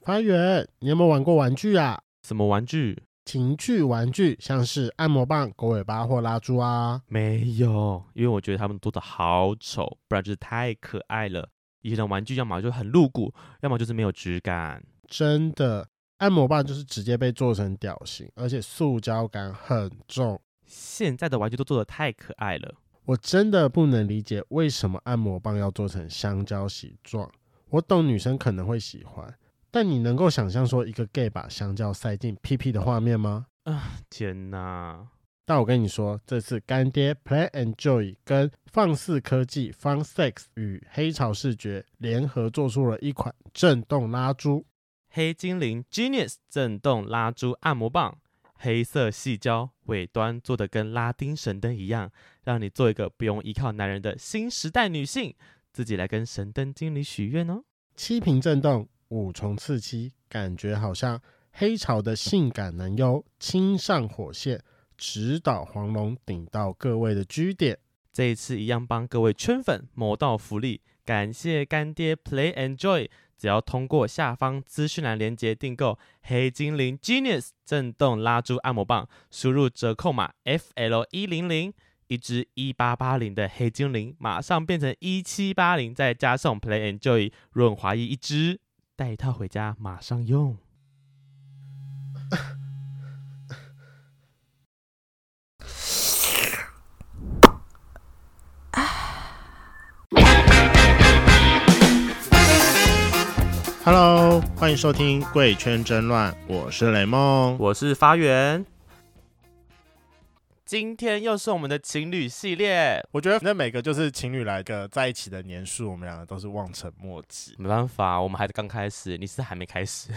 发源，你有没有玩过玩具啊？什么玩具？情趣玩具，像是按摩棒、狗尾巴或蜡烛啊。没有，因为我觉得他们做的好丑，不然就是太可爱了。以前的玩具要么就很露骨，要么就是没有质感。真的，按摩棒就是直接被做成屌型，而且塑胶感很重。现在的玩具都做的太可爱了。我真的不能理解为什么按摩棒要做成香蕉形状。我懂女生可能会喜欢，但你能够想象说一个 gay 把香蕉塞进屁屁的画面吗？天哪！但我跟你说，这次干爹 Play and Joy 跟放肆科技 Fun Sex 与黑潮视觉联合做出了一款震动拉珠，黑精灵 Genius 震动拉珠按摩棒，黑色细胶尾端做的跟拉丁神灯一样，让你做一个不用依靠男人的新时代女性，自己来跟神灯精灵许愿哦。七频震动，五重刺激，感觉好像黑潮的性感男优亲上火线，直捣黄龙，顶到各位的居点。这一次一样帮各位圈粉谋到福利，感谢干爹 Play and Joy。只要通过下方资讯栏链接订购黑精灵 Genius 震动拉珠按摩棒，输入折扣码 FL 一零零，一支一八八零的黑精灵马上变成一七八零，再加送 Play and Joy 润滑液一支，带一套回家马上用。 Hello，欢迎收听《贵圈争乱》，我是雷梦。我是发源，今天又是我们的情侣系列，我觉得那每个就是情侣来个在一起的年数，我们两个都是望尘莫及。没办法，我们还是刚开始，你是还没开始。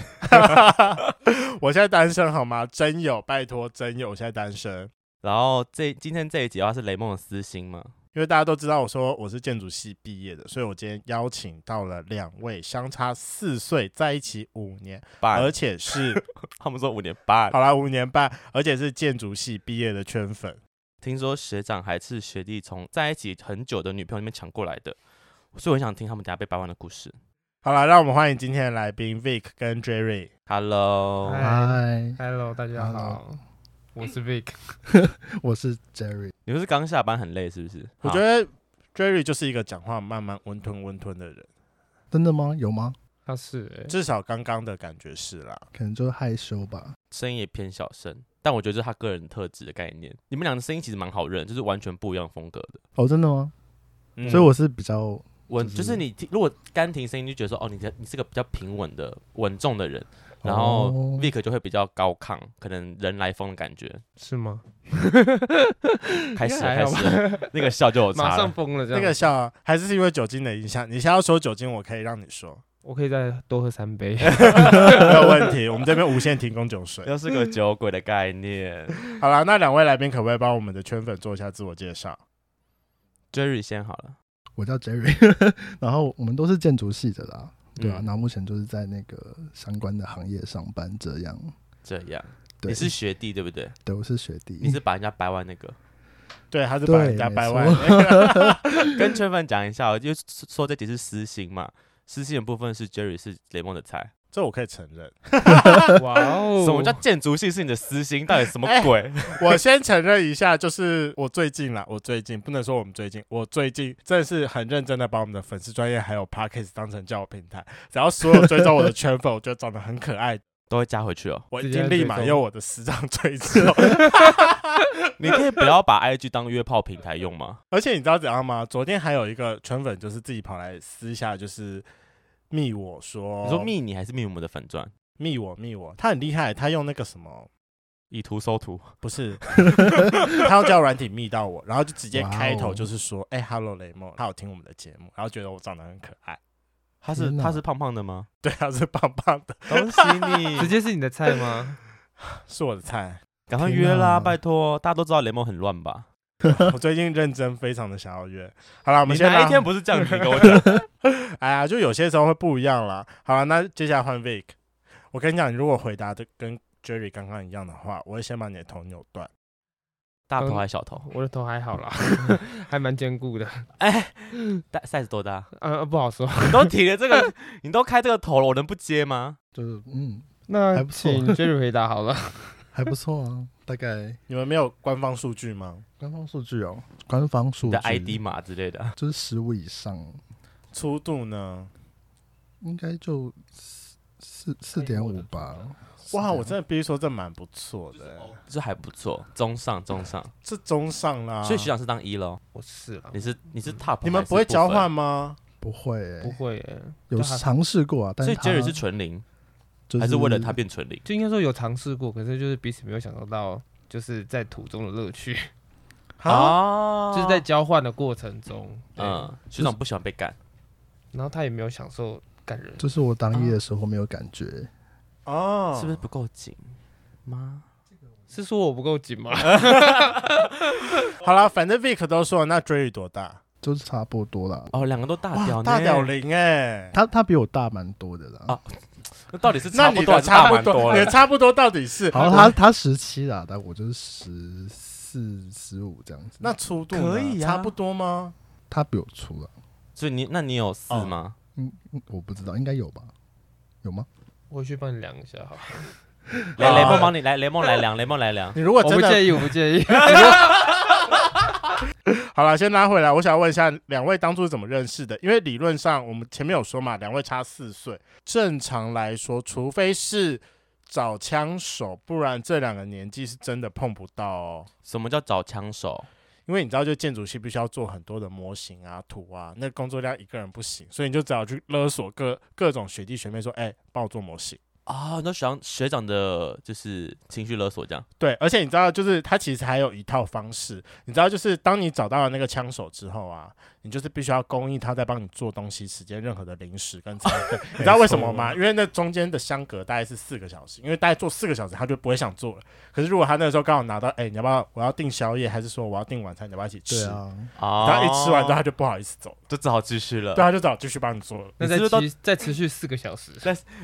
我现在单身好吗？真有，拜托真有，我现在单身。然后这今天这一集的话是雷梦的私心嘛？因为大家都知道我说我是建筑系毕业的，所以我今天邀请到了两位相差四岁，在一起五年，而半，且是 他们说五年半。呃好啦五年半，而且是建筑系毕业的圈粉。听说学长还是学弟从在一起很久的女朋友那边抢过来的，所以我很想听他们等下被掰弯的故事。好了，让我们欢迎今天的来宾 Vic 跟 Jerry。 Hello，嗨嗨 Hello，大家好 Hello 我是 Vic。我是 Jerry。你们是刚下班很累是不是？我觉好得 Jerry 就是一个讲话慢慢温吞温吞的人，真的吗？有吗？他是、欸、至少刚刚的感觉是啦。可能就是害羞吧。声音也偏小声，但我觉得这是他个人特质的概念。你们俩的声音其实蛮好认，就是完全不一样风格的。哦，真的吗？嗯所以我是比较我就是就是你听，如果干听声音就觉得说，哦，你这你是个比较平稳的、稳重的人，然后哦 Vic 就会比较高亢，可能人来疯的感 觉。是吗？开始了还开好吧始了， 那个笑就有 马差上了。崩了这那样。个笑还是因为酒精的影响。你现在要说酒精，我可以让你说，我可以再多喝三 杯。没有问题。我们这边无限提供酒水。又是个酒鬼的概念。好啦，那两位来宾可不可以帮我们的圈粉做一下自我介绍？ Jerry 先好了，我叫 Jerry，然 后我们都是建筑系的啦，对啊。嗯那、目前就是在那个相关的行业上班，这样。这样对，你是学弟对不嗯对？对，我是学弟。你是把人家掰弯那 个，对，他是把对人家掰没弯。跟圈粉讲一下哦，就是说这集是私心嘛，私心的部分是 Jerry 是雷梦的菜。 这我可以承认。哇哦！什么叫建筑系是你的私心？到底 什么哎鬼？我先承认一下，就是我最近啦，我最近不能说我们最近，我最近真的是很认真的把我们的粉丝专业还有 Podcast 当成交友平台，只要所有追踪我的圈粉，我觉得长得很可爱，都会加回去哦。 我直一接定立马追踪用我的十张追踪。 你可以不要把 IG 当约炮平台用吗？而且你知道怎样吗？昨天还有一个圈粉，就是自己跑来私下就是密我说，你说密你还是密我们的粉钻？密我密我，他很厉害，他用那个什么以图搜图，不 是，他用交友软体密到我，然后就直接开哇头哦就是说，哎、h e l l o 雷梦，他有听我们的节目，然后觉得我长得很可爱，他是天哪他是胖胖的 吗？对，他是棒棒的，恭喜你，直接是你的菜吗？是我的菜。赶快天约啦，哪拜托！大家都知道雷蒙很乱吧？我最近认真非常的想要约，好了，我我们们先哪一让天，不是这样子跟 我讲？哎呀，就有些时候会不一样啦。好了，那接下来换 Vic，我跟你讲，你如果回答的跟 Jerry 刚刚一样的话，我会先把你的头扭断。大头还是小头？ 我的头还好 啦，还蛮坚固的。哎大 size 多大？呃，不好说。你都提了 这个，你都开这个头了，我能不接吗？就是嗯，那还不错请 Jerry 回答好了。还不错啊。大概你们没有官方数据吗？官方数据哦，官方数你据的 ID 码之类的，就是十五以上，粗度呢？应该就四四四点五吧。哇，我这真的必须说这蛮不错的、欸这还不错，中上中上。这中上啦。所以学长是当一喽，我是啦你是啊你是 top，啊嗯你们还是不会交分换？吗？不会欸、不会耶，有尝试过啊，但所是以他 Jerry 是纯零，就还是为了他变纯零？就应该说有尝试过，可是就是彼此没有享受到就是在途中的乐趣，啊，哦就是在交换的过程中，嗯，嗯，学长不喜欢被干，然后他也没有享受感人。就是我当一的时候没有感嗯觉，哦，是不是不够紧吗？是说我不够紧吗？好啦，反正 Vic 都说了，那 Jerry 多大？就是差不多啦。哦，两个都大屌哇，呢，大屌零哎、他他比我大蛮多的啦，啊那到底是那差不你多的还是差大不蛮多，你的的？差不多到底是？啊好，他他十七啦，但我就是十四十五这样子。那粗度呢可以啊差不多吗？他比我粗了，所以你那你有四哦吗？嗯我不知道，应该有吧？有吗？我去帮你量一下好了， 来，雷啊梦帮你来，雷梦来量，雷梦来量。 你如果 我真不的介意，我不介 意。好了，先拉回来，我想问一下两位当初是怎么认识的？因为理论上我们前面有说嘛，两位差四岁，正常来说，除非是找枪手，不然这两个年纪是真的碰不到哦。什么叫找枪手？因为你知道，就建筑系必须要做很多的模型啊、图啊，那工作量一个人不行，所以你就只好去勒索各各种学弟学妹说：“哎、帮我做模型。啊，那学长学长的就是情绪勒索这样，”对，而且你知道，就是他其实还有一套方式，你知道，就是当你找到了那个枪手之后啊，你就是必须要供应他在帮你做东西时间任何的零食跟餐 费，你知道为什么吗？因为那中间的相隔大概是四个小时，因为大概做四个小时他就不会想做了。可是如果他那个时候刚好拿到，哎、你要不要我要订宵夜，还是说我要订晚餐，你要不要一起对吃？啊，啊，然后一吃完之后他就不好意思走了。就只好继续了。对，他啊就找继续帮你做了。那你再是不是都持再持续四个小时，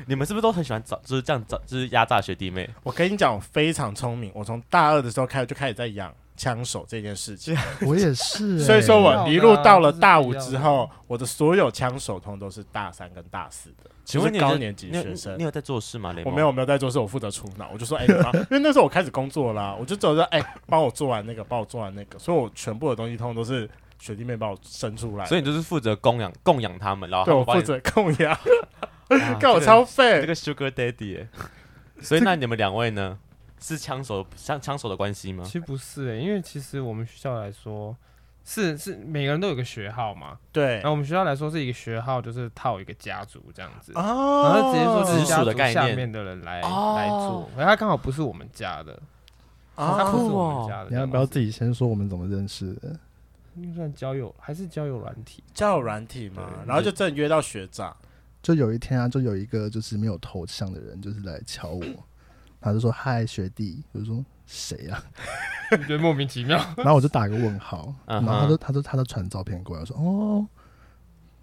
你们是不是都很喜欢找，就是这样找，就是压榨学弟妹？我跟你讲，我非常聪明，我从大二的时候开始就开始在养枪手这件事情，我 也是、欸。所以说我一路到了大五啊这是不一之样的后，我的所有枪手通都是大三跟大四的，请就问你是有高在年级你有学生你。有在做事吗？雷我蒙没有，我没有在做事，我负责出脑。我就说，哎、你帮，因为那时候我开始工作啦，我就走着，哎、帮我做完那个，帮我做完那个，所以我全部的东西通通都是学弟妹帮我生出来的， 所以你就是负责供养供养他们，然后对我他负们责供养，帮你，哇 干我这个超这废。个 Sugar Daddy 耶。所以那你们两位呢？是枪手枪枪手的关系吗 其？实不是、欸，因为其实我们学校来说，是是每个人都有个学号嘛。对然后我们学校来说是一个学号，就是套一个家族这样子，然啊后哦直接说直是属家的族概念下面的人来哦来做，可是他刚好不是我们家的，他啊不是酷我哦们家的。你要不要自己先说我们怎么认识的？己算交友还是交友软体？ 交友软体嘛对，然后就正约到学长。就有一天啊，就有一个就是没有头像的人，就是来敲我，他就说：“嗨，学弟。”我就说：“谁呀、我觉得莫名其妙。 然后我就打个问号，嗯哼然后他就他就他就传照片过来，我说：“哦，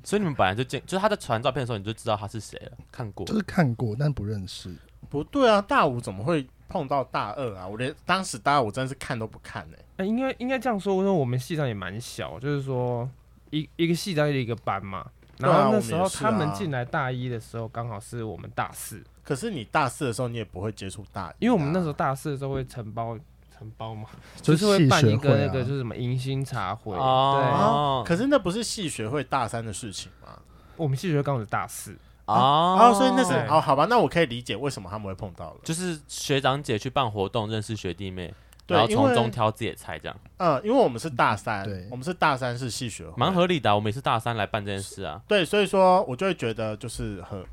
所以你们本来就见，就是他在传照片的时候，你就知道他是谁了，看过就是看过，但不认识。不对啊，大五怎么会碰到大二啊？我连当时大二我真是看都不看呢、欸那呃应该应该这样说，因为我们系上也蛮小，就是说一一个系在一个班嘛。对然啊后那我们时也候是他们啊进来大一的时候，刚好是我们大四，可是你大四的时候，你也不会接触大一啊、因为我们那时候大四的时候会承包承 包嘛，就是会办一系学会个啊那个就是什么迎新茶会，对，哦可是那不是系学会大三的事情吗？我们系学刚好是大四，啊，哦所以那是对哦，好吧，那我可以理解为什么他们会碰到了。就是学长姐去办活动，认识学弟妹，对然后从因中为挑自己的菜，这样嗯，因为我们是大三，对我们是大三是系学会，蛮合理的啊、我们也是大三来办这件事啊。对，所以说我就会觉得就是合，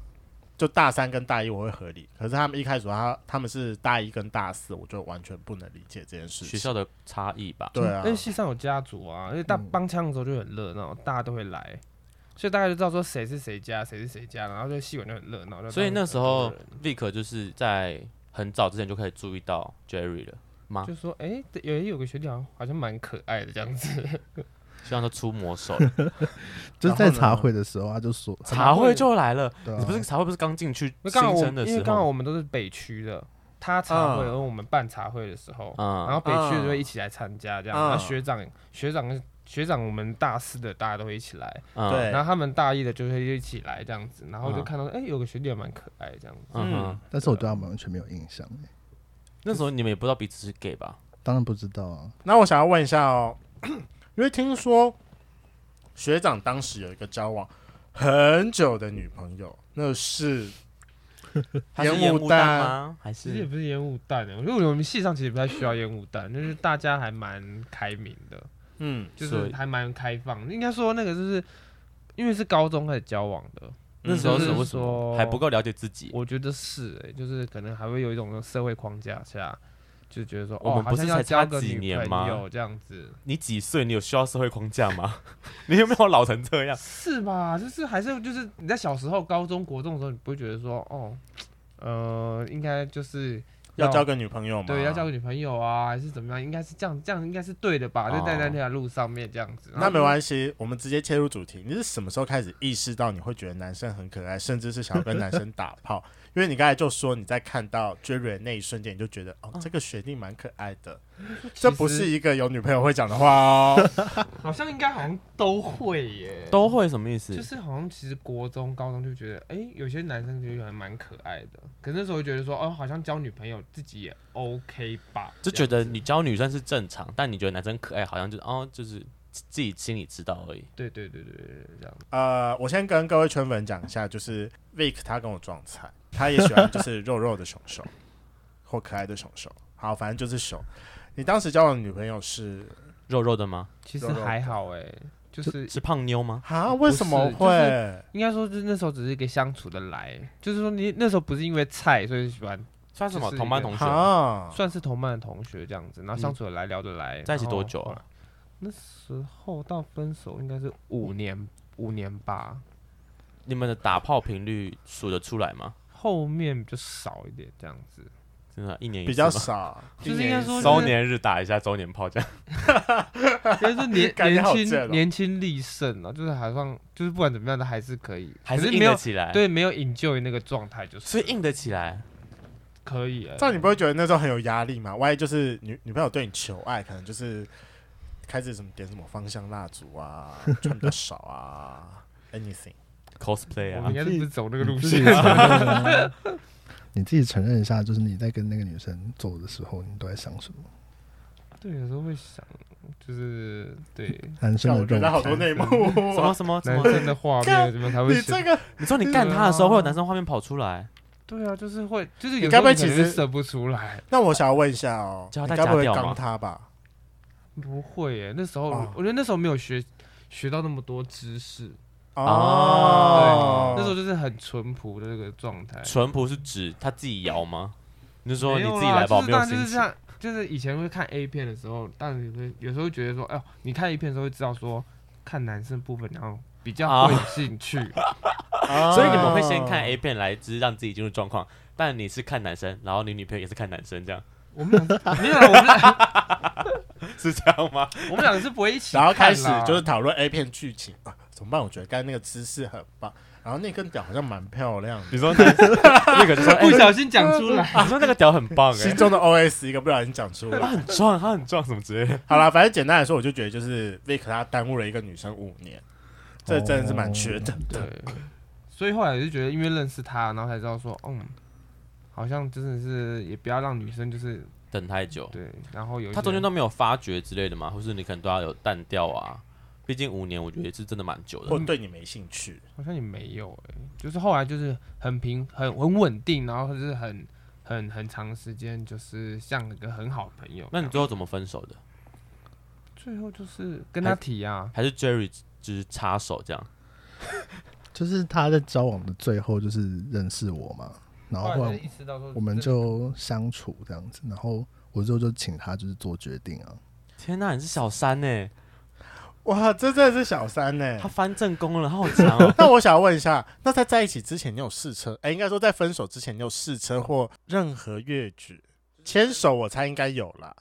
就大三跟大一我会合理，可是他们一开始他他们是大一跟大四，我就完全不能理解这件事情。学校的差异吧。对啊因，为系上有家族啊，而且大嗯帮腔的时候就很热闹，大家都会来，所以大家就知道说谁是谁家，谁是谁家，然后就系管就很热闹，就所以那时很候多人 Vic 就是在很早之前就可以注意到 Jerry 了吗？就说哎，这有有个学弟好像好像蛮可爱的这样子，学长都出魔手了，就是在然后呢茶会的时候，他就说，茶会就来了。对啊你不是茶会不是刚进去那新刚好我生的因为时刚好候，我们都是北区的，他茶会嗯和我们办茶会的时候，嗯然后北区的嗯就会一起来参加，这样，嗯然后学长、学长、学长，我们大四的大家都会一起来，嗯对然后他们大一的就会一起来这样子，然后就嗯看到哎、有个学弟也蛮可爱这样子，嗯哼，但是我对他们完全没有印象、欸，那时候你们也不知道彼此是 gay 吧？当然不知道啊。那我想要问一下哦，因为听说学长当时有一个交往很久的女朋友，那是他是烟雾雾弹弹吗？还其实也是不是烟雾弹的，因为我们系上其实不太需要烟雾弹，就是大家还蛮开明的，嗯就所是以还蛮开放。应该说那个就是因为是高中开始交往的，那时候是就是为什么嗯说还不够了解自己？啊我觉得是、欸，就是可能还会有一种社会框架下，就觉得说我哦，们好不是像要才交差个几女年朋吗友这样子，你几岁？你有需要社会框架吗？ 你有没有老成这样？是吧？就是还是就是你在小时候、高中、国中的时候，你不会觉得说哦，呃，应该就是要交个女朋啊友吗？对，要交个女朋友啊，还是怎么样？应该是这样，这样应该是对的哦吧？就在那条路上面这样子。那没系，关系，我们直接切入主题。你是什么时候开始意识到你会觉得男生很可爱，甚至是想要跟男生打炮？因为你刚才就说你在看到 Jerry 的那一瞬间，你就觉得哦，这个学弟蛮可爱的。这不是一个有女朋友会讲的话哦。好像应该好像都会耶，都会什么意就思？是好像其实国中、高中就觉得，哎、有些男生觉得还蛮可爱的，可是那时候就觉得说，哦，好像交女朋友自己也 OK 吧，就这觉样得你教女生是正常，但你觉得男生可爱，好像就是哦，就是自己心里知道而已。对对对对对对，这样子。呃，我先跟各位圈粉讲一下，就是 Vic 他跟我撞菜，他也喜欢就是肉肉的熊熊或可爱的熊熊。好，反正就是熊。你当时交往的女朋友是肉肉的吗？其实肉肉还好哎、就是啊是胖妞吗？啊？为什么不是会？应该说，就是那时候只是一个相处的来，就是说你那时候不是因为菜所以喜欢，算什么就是同班同学？啊，算是同班的同学这样子，然后相处的来，聊得来，嗯在一起然后多久啊？那时候到分手应该是五年，五年吧，你们的打炮频率数得出来吗？后面就少一点这样子，真的，一年一比次较吗少，就是应该说周年日打一下周年炮这样。 就是年 感觉年好贱哦轻年轻力盛啊，就是好像就是不管怎么样，他还是可以，还可是是硬没得有起来，，对没有 enjoy 那个状态，就是所以硬得起来。可以、欸，这样你不会觉得那时候很有压力吗？万一就是女女朋友对你求爱，可能就是开始什么点什么芳香蜡烛啊，穿比较少啊，anything。 cosplay 我啊们应，该是不是走那个路你自己线承？认啊 你自己承认一下，就是你在跟那个女生做的时候，你都在想什么？对，有时候会想，就是 对男生像的我肉觉得好多体内幕 什哦。么什么什男么？生的画干面怎么才会你想这？个你说你干他的时候，会有男生画面跑出来，对啊，就是会，就是你有该时不候会你可其能实是射不出来，那我想要问一下哦，叫你他该不会夹掉吗刚他吧？不会耶。那时候、哦我觉得那时候没有学学到那么多知识，哦，那时候就是很淳朴的那个状态。淳朴是指他自己摇吗？你是说没你有自己啦来吧，我就没是有当然就心是情。像，就是以前会看 A 片的时候，但你会有时候觉得说，哎呦，你看 A 片的时候会知道说，看男生部分然后比较会有兴 趣，哦所以你们会先看 A 片来，只是让自己进入状况。但你是看男生，然后你女朋友也是看男生，这样 我们两个没有啦，我们俩是这样吗？我们两个是不会一起看然啦，后开始就是讨论 A 片剧情啊，怎么办？我觉得刚才那个姿势很棒，然后那根屌好像蛮漂亮的。你说男生那个就说， 哎不，小心讲出来。你 说那个屌很棒哎心，中的 OS 一个不小心讲出来他，很壮，他很壮什么之类的。好啦，反正简单来说，我就觉得就是 Vic 他耽误了一个女生五年，这真的是蛮缺德的。对，所以后来就觉得，因为认识他，然后才知道说，嗯，好像真的是也不要让女生就是等太久，对，然后有一他些中间都没有发觉之类的吗？或是你可能都要有淡掉啊？毕竟五年，我觉得也是真的蛮久或的。对你没兴趣，好像也没有哎、就是后来就是很平很很稳定，然后就是很很很长时间，就是像一个很好的朋友。那你最后怎么分手的？最后就是跟他提啊，还是 Jerry 就是插手这样？就是他在交往的最后就是认识我嘛，然后后来意识到说哦我们就相处这样子，然后我之后就请他就是做决定啊，天呐，你是小三呢？哇，这真的是小三呢、他翻正宫了，他好强哦！那我想要问一下，那在在一起之前，你有试车？哎、应该说在分手之前，你有试车或任何越举牵手？我猜应该有啦。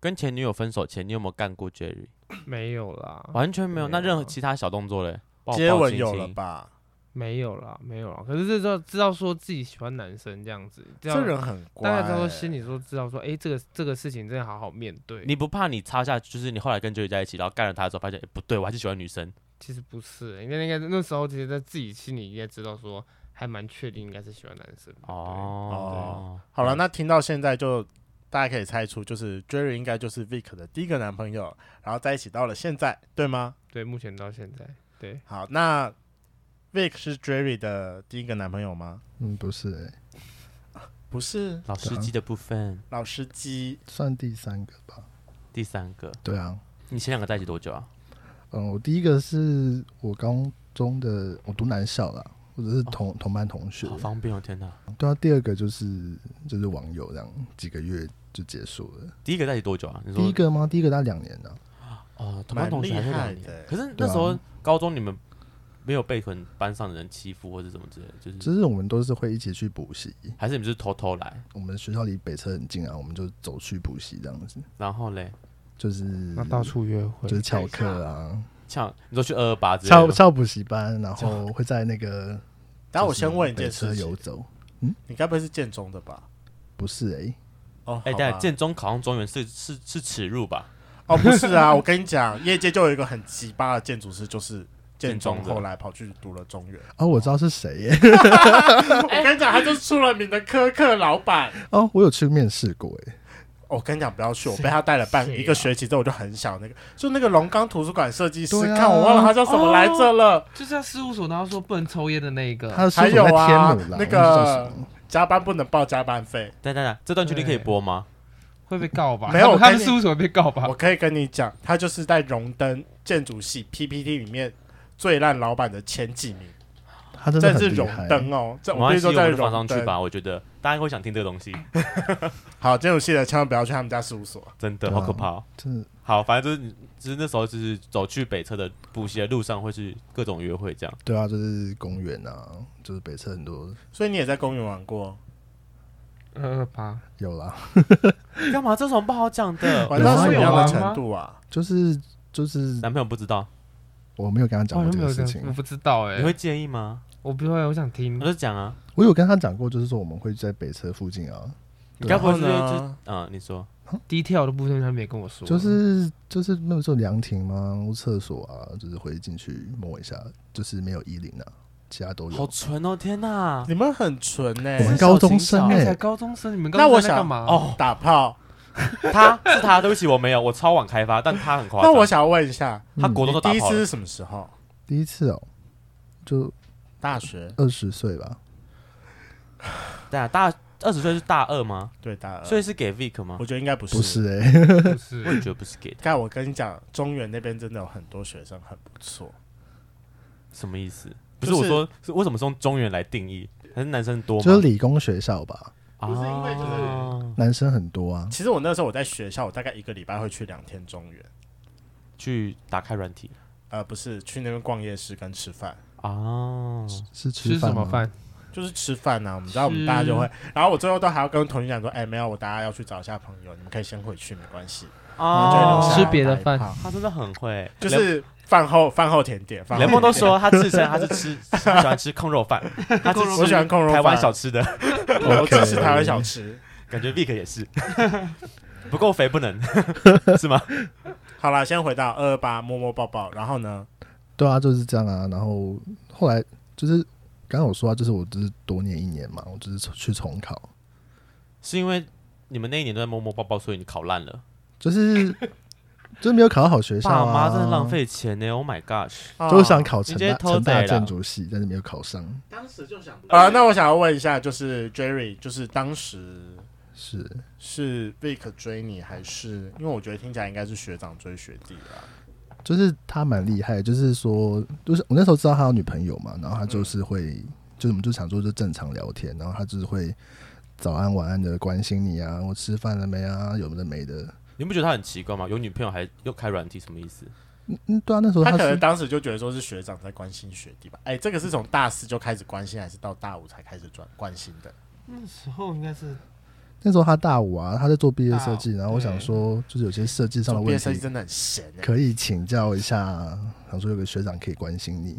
跟前女友分手前，你有没有干过 Jerry？没有啦，完全没有。没那有任何啊其他小动作嘞？抱嗯接抱吻亲有亲了吧？没有啦，没有啦。可是这知道知道说自己喜欢男生这样子，这这样人很欸乖、大家都心里说知道说，哎、这个这个事情真的好好面对。你不怕你插下，就是你后来跟 j 在一起，然后干了他之后，发现哎、诶不对，我还是喜欢女生。其实不是、应该应该那时候其实在自己心里应该知道说，还蛮确定应该是喜欢男生的。哦，好了，那听到现在就大家可以猜出，就是 Jerry 应该就是 Vic 的第一个男朋友，然后在一起到了现在，对吗？对，对，目前到现在，对，好，那 Vic 是 Jerry 的第一个男朋友吗？嗯，不是、欸，不是，老司机的部分，老司机算第三个吧。第三个，对啊，你前两个在一起多久啊？嗯，我第一个是我高中的，我读男校啦，或者是哦同、同班同学好。方便哦，天哪！对啊，第二个就是就是网友这样，几个月就结束了。第一个在一起多久啊？你说第一个吗？第一个大概两年呢、啊嗯哦，同班同学还是两蛮厉害的啊年，可是那时候高中你们没有被可能班上的人欺负或者什么之类的，就是就是我们都是会一起去补习，还是你们就是偷偷来，我们学校离北车很近啊，我们就走去补习这样子，然后嘞就是那到处约会就是翘课啊，像你说去二二八之类翘的吗，翘补习班，然后会在 那个。但我先问一件就是事北车游情，走你该不会是建中的吧？不是哎、欸，哦，哎，好对，吧建中考上中原是是是耻辱吧？哦，不是啊，我 跟你讲，业界就有一个很奇葩的建筑师，就是建中建中的后来跑去读了 中原。哦，我知道是谁耶、我跟你讲，他就是出了名的苛刻老板。 哦，我有去面试过哎、我跟你讲，不要去，我被他带了半谁啊一个学期之后，我就很想那个，就那个龙岗图书馆设计师，对啊看我忘了他叫什哦么来着了。就是在事务所，然后说不能抽烟的那一个，他的叔还叔有在啊天母那啦，我忘记叫什么加班不能报加班费，等等等，这段确定可以播吗？会被告吧？没有我他跟们你事务所被告啊吧我？可以跟你讲，他就是在荣登建筑系 PPT 里面最烂老板的前几名，他真的这是很厉荣害。登哦，这没我必须关系，说我在们就荣放上去登。吧。我觉得大家会想听这个 东西，好，建筑系的千万不要去他们家事务所。真的对啊好可怕。哦。真的好，反正就是你就是那时候就是走去北侧的补习的路上，会去各种约会这 样。对啊，就是公园啊，就是北侧很多所以你也在公园玩过，二二八，有啦，干嘛？这有什么不好讲的？玩到什么有啊样有的啊程度啊？就是就是 男朋友不知道，我没有跟他讲哦过这没有个事讲情我，不知道哎、你会介意吗？我不会，我想嗯听我。就讲啊，我有跟他讲过，就是说我们会在北车附近啊，你对该不会然是后呢就嗯？你说 detail 的部分他没跟我说，就是就是那个时候凉亭嘛、厕所啊，就是会进去摸一下，就是没有衣领啊，其他都好有。纯哦，天哪！你们很纯呢、我们是高小中情生小哎、哎、才高中生，你们高那我中生在想干嘛？哦，打炮。 他是他，对不起，我没有，我超晚开发，但他很夸那张。我想问一下，他国你中都打第一炮次了是，什么时候？第一次哦、就大学二十岁吧，对啊，大二十岁是大二吗？对大二，所以是给 Vic 吗呃我？觉得应该不是。不，是哎、欸，不我也是，觉得不是给他，但我跟你讲，中原那边真的有很多学生很不错，什么意思？不就是是我说，是为什么是用中原来定义？还是男生多吗？就是理工学校吧，啊不是因为就是男生很多啊。其实我那时候我在学校，我大概一个礼拜会去两天中原，去打开软体呃，不是去那边逛夜市跟吃饭，啊，是吃吃什饭么吗？饭？就是吃饭啊呐、我们知道我们大家就会，然后我最后都还要跟同学讲说，哎、没有，我大家要去找一下朋友，你们可以先回去，没关系。然后就会留哦下来吃别的打一饭炮，他真的很会，就是饭后饭后甜点。饭后雷梦都甜点 说他自称他是吃他喜欢吃控肉饭，他只我喜欢控肉饭台湾小吃的，我只吃 OK 台湾小吃。感觉 Vic 也是不够肥不能 是吗？好啦，先回到二二八摸摸抱抱，然后呢？对啊，就是这样啊。然后后来就是刚刚有说啊，就是我就是多念一年嘛，我就是去重考，是因为你们那一年都在摸摸抱抱，所以你考烂了。就是 就是没有考到好学校、爸啊，妈真的浪，费钱呢！Oh my gosh！就是想考你成直接大偷成大贼了建筑系，但是没有考上。当时就想啊，那我想要问一下，就是 Jerry，就是当时是是 Vic 追你，还是因为我觉得听起来应该是学长追学弟啊啦。就是他蛮厉害，就是说，就是我那时候知道他有女朋友嘛，然后他嗯就是会，就是我们就想说就正常聊天，然后他就是会早安晚安的关心你啊，我吃饭了没啊，有没的没的，你不觉得他很奇怪吗？有女朋友还又开软体，什么意思？嗯嗯，对啊，那时候他他可能是当时就觉得说是学长在关心学弟吧。哎，这个是从大四就开始关心，还是到大五才开始转关心的？那时候应该是那时候他大五啊，他在做毕业设计，大五然后我想说，就是有些设计上做的毕问业设计题真的很闲哎。可以请教一下，想说有个学长可以关心你，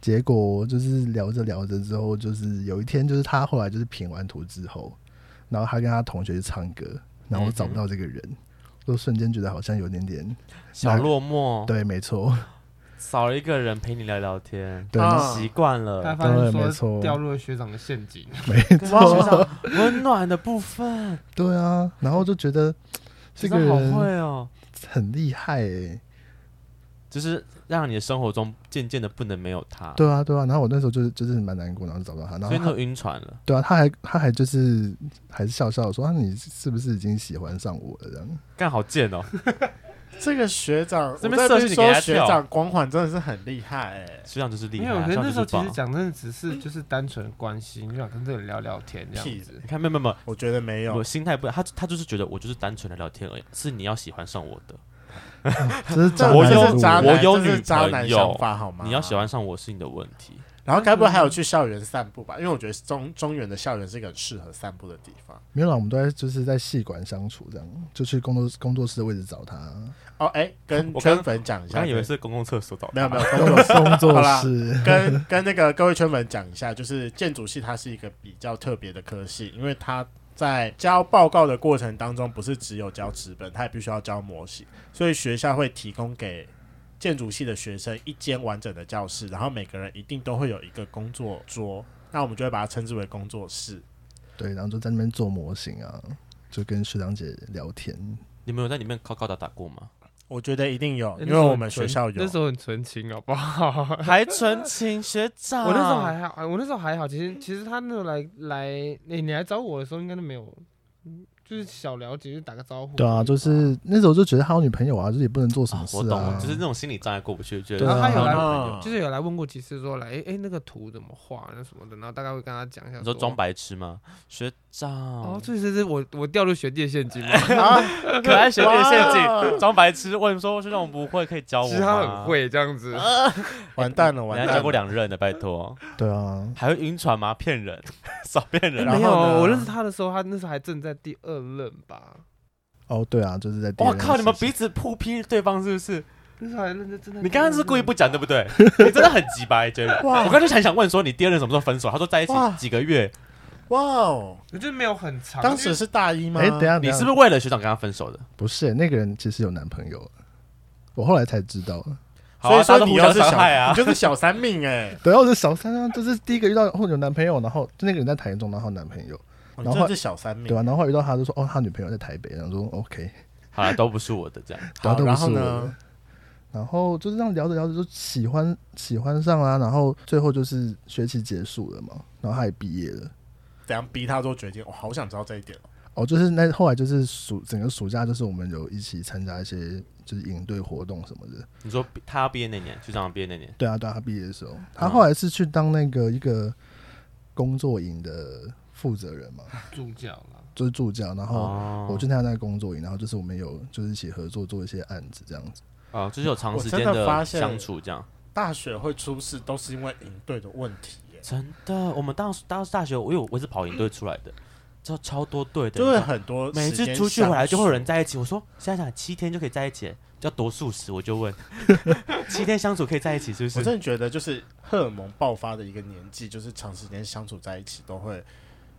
结果就是聊着聊着之后，就是有一天，就是他后来就是品完图之后，然后他跟他同学去唱歌，然后我找不到这个人，就瞬间觉得好像有点点小落寞，对，啊没错，少了一个人陪你聊聊天，对，啊习惯他了，发当然现没说错掉入了学长的陷阱，没哇，学错，长 温暖的部分，对啊，然后就觉得这学个长好人会哦，很厉害、欸，就是让你的生活中渐渐的不能没有他，，对啊，对啊，然后我那时候就是就是蛮难过，然后就找不到他，然所后以你他都晕船了，对啊，他还他还就是还是笑笑地说啊，你是不是已经喜欢上我了 这样？干好贱哦，这个学长，我在这边那设计边你给说他学跳长光环真的是很厉害哎。学长就是厉没害有。啊，可学是长那就时候是其实棒。讲真的，只是就是单纯关心，就想跟这个人聊聊天这样子你。看，没有没有没有我觉得没有我，心态不一样，他他就是觉得我就是单纯的聊天而已，是你要喜欢上我的，这是渣我男这有是思渣维男，我有这是女渣朋男友想法好吗？你要喜欢上我是你的问题。然后该不会还有去校园散步吧？因为我觉得中中原的校园是一个很适合散步的地方。没有啦，我们都在就是在戏馆相处这样，就去工作工作室的位置找 他，哦，哎，跟我刚圈粉讲一我下，刚以为是公共厕所找没有没有，工作工作室，跟跟 那个各位圈粉讲一下，就是建筑系它是一个比较特别的科系，因为它在交报告的过程当中，不是只有交纸本，它也必须要交模型，所以学校会提供给建筑系的学生一间完整的教室，然后每个人一定都会有一个工作桌，那我们就会把它称之为工作室。对，然后就在那边做模型啊，就跟学长姐聊天，你们有在里面敲敲打打过吗？我觉得一定有，欸因为那时候我很们学纯校有那。时候很纯情，好不好？还纯情学长，我那时候还好，哎我那时候还好。其实其实他那时候来来，哎你你来找我的时候，应该都没有，嗯就是小了解，就打个招呼而已吧。对啊，就是那时候就觉得他有女朋友啊，就是也不能做什啊么我事懂啊了，，就是那种心理障碍过不去，觉得对啊他有女他有朋友啊，就是有来问过几次，说来，哎哎，那个图怎么画，那什么的，然后大概会跟他讲一下。你说装。白痴吗？学哦长，，这这是我我掉入学弟的陷阱吗？啊， 可爱学弟的陷阱，哇装白痴。问说学长我不会，可以教我其吗？实他很，会这样子，完蛋了，人完家蛋教过了！两任的，拜托，对啊，还会晕船吗？骗人，少骗人然。后哎没有，呢我认识他的时候，他那时候还正在第二任吧，哦对啊，就是在第二我任靠，你们时期彼此互批对方是不是？那时候还认真正在。你刚刚是故意不讲对不？对？你真的很鸡掰，杰伦。嗯 哇我刚才很想问说你第二任什么时候分手？他说在一起哇几个月。哇哦，我觉得没有很长，当时是大一吗？哎，等一下你等一是下不是为了学长跟他分手的？不是那个人其实有男朋友，我后来才知道。好所以说啊大家都你互又相是伤小，害啊你！ 就是小三命哎、对，我是小三啊，就是第一个遇到后有男朋友，然后就那个人在台中，然后有男朋友，哦然你后真的是小三命对吧、。啊然后后来遇到他就说，哦，他女朋友在台北，然后说 OK， 好了，都不是我的这样。好都不然是后我呢的？然后就是这样聊着聊着就喜欢喜欢上啦、然后最后就是学期结束了嘛，然后他也毕业了。怎样逼他做决定？我好想知道这一点哦。哦，就是那后来就是暑整个暑假就是我们有一起参加一些就是营队活动什么的。你说毕他要毕业那年，学长要毕业那年，对啊，对啊，他毕业的时候，他后来是去当那个一个工作营的负责人嘛，助教了。就是助教，然后哦我去参加那个工作营，然后就是我们有就是一起合作做一些案子这样子。哦，就是有长时间我真的发现相处这样。大学会出事都是因为营队的问题耶，真的，我们当时当时大学，我有我是跑营队出来的，超超多队的，就会你知道很多每时次间出去回来就会有人相处。在一起。我说想想七天就可以在一起，要多素食，我就问 七天相处可以在一起是不我是？真的觉得，就是荷尔蒙爆发的一个年纪，就是长时间相处在一起都会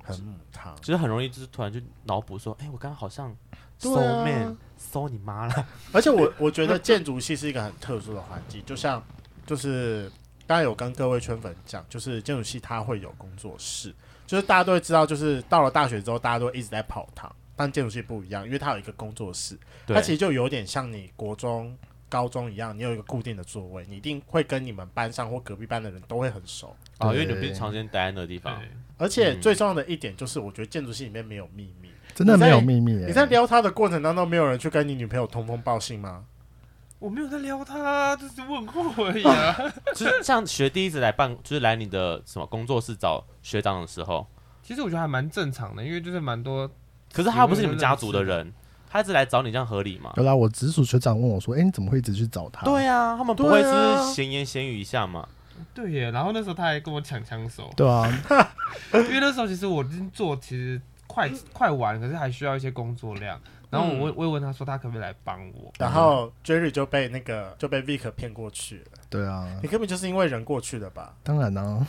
很母汤。就是很容易就是突然就脑补说，哎、我刚刚好像对 so 啊 man，so、你妈了。而且我我觉得建筑系是一个很特殊的环境，就像就是刚才有跟各位圈粉讲，就是建筑系它会有工作室，就是大家都会知道，就是到了大学之后，大家都一直在跑堂，但建筑系不一样，因为它有一个工作室，它对，其实就有点像你国中、高中一样，你有一个固定的座位，你一定会跟你们班上或隔壁班的人都会很熟。哦，因为你们对毕竟长时间待在那个地方，而且嗯最重要的一点就是，我觉得建筑系里面没有秘密。真的你在没有秘密、欸，你在撩他的过程当中，没有人去跟你女朋友通风报信吗？我没有在撩他，这是问候而已啊。就是像学弟一直来办，就是来你的什么工作室找学长的时候，其实我觉得还蛮正常的，因为就是蛮多可是他又不是你们家族的人，他一直来找你，这样合理吗？有啦，我直属学长问我说：“哎、你怎么会一直去找他？”对啊，他们不会对啊是闲言闲语一下嘛？对耶。然后那时候他还跟我抢枪 手，对啊，嗯因为那时候其实我已经做其实快快完，可是还需要一些工作量。然后我嗯问我也问他说他可不可以来帮我，然后 Jerry 就被那个就被 Vic 骗过去了，对啊你，根本就是因为人过去的吧？ 当然啊，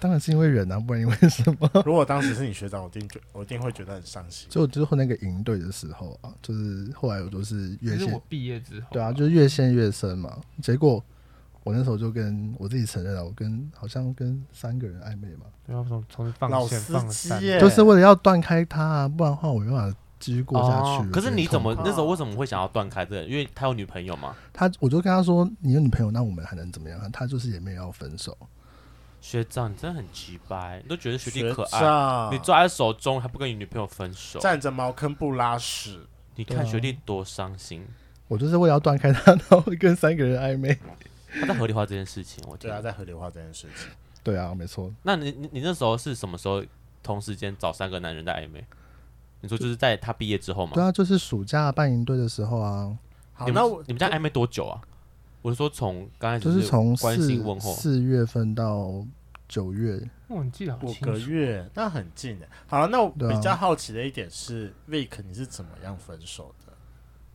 当然是因为人啊，不然因为什么？ 如果当时是你学长，我一定觉我一定会觉得很伤心。就就是那个营队的时候啊，就是后来我都是就越是我陷，毕业之后，对啊，就是越陷越深嘛。结果我那时候就跟我自己承认啊了，我跟好像跟三个人暧昧嘛，然后啊从从放老线司放机散，耶对就是为了要断开他、啊，不然的话我没办法继续过下哦去。可是你怎么苦那时候为什么会想要断开这个人？因为他有女朋友嘛，他？我就跟他说你有女朋友，那我们还能怎么样？他就是也没有要分手。学长你真的很奇掰，你都觉得学弟学可爱，长，你抓在手中还不跟你女朋友分手，站着茅坑不拉屎，你对看啊学弟多伤心。我就是为了要断开他， 然后跟三个人暧昧。他在合理化这件事情，我对天啊，。在合理化这件事情，对啊，没错，那你你你那时候是什么时候同时间找三个男人在暧昧？你说就是在他毕业之后吗对？啊，就是暑假办营队的时候啊，好，你们那我你们在暧昧多久啊？我是说从刚开始就是从关心问四候四月份到九月，我记得好五清个楚，月，那很近的。好了，那我对啊比较好奇的一点是，Vic 你是怎么样分手的？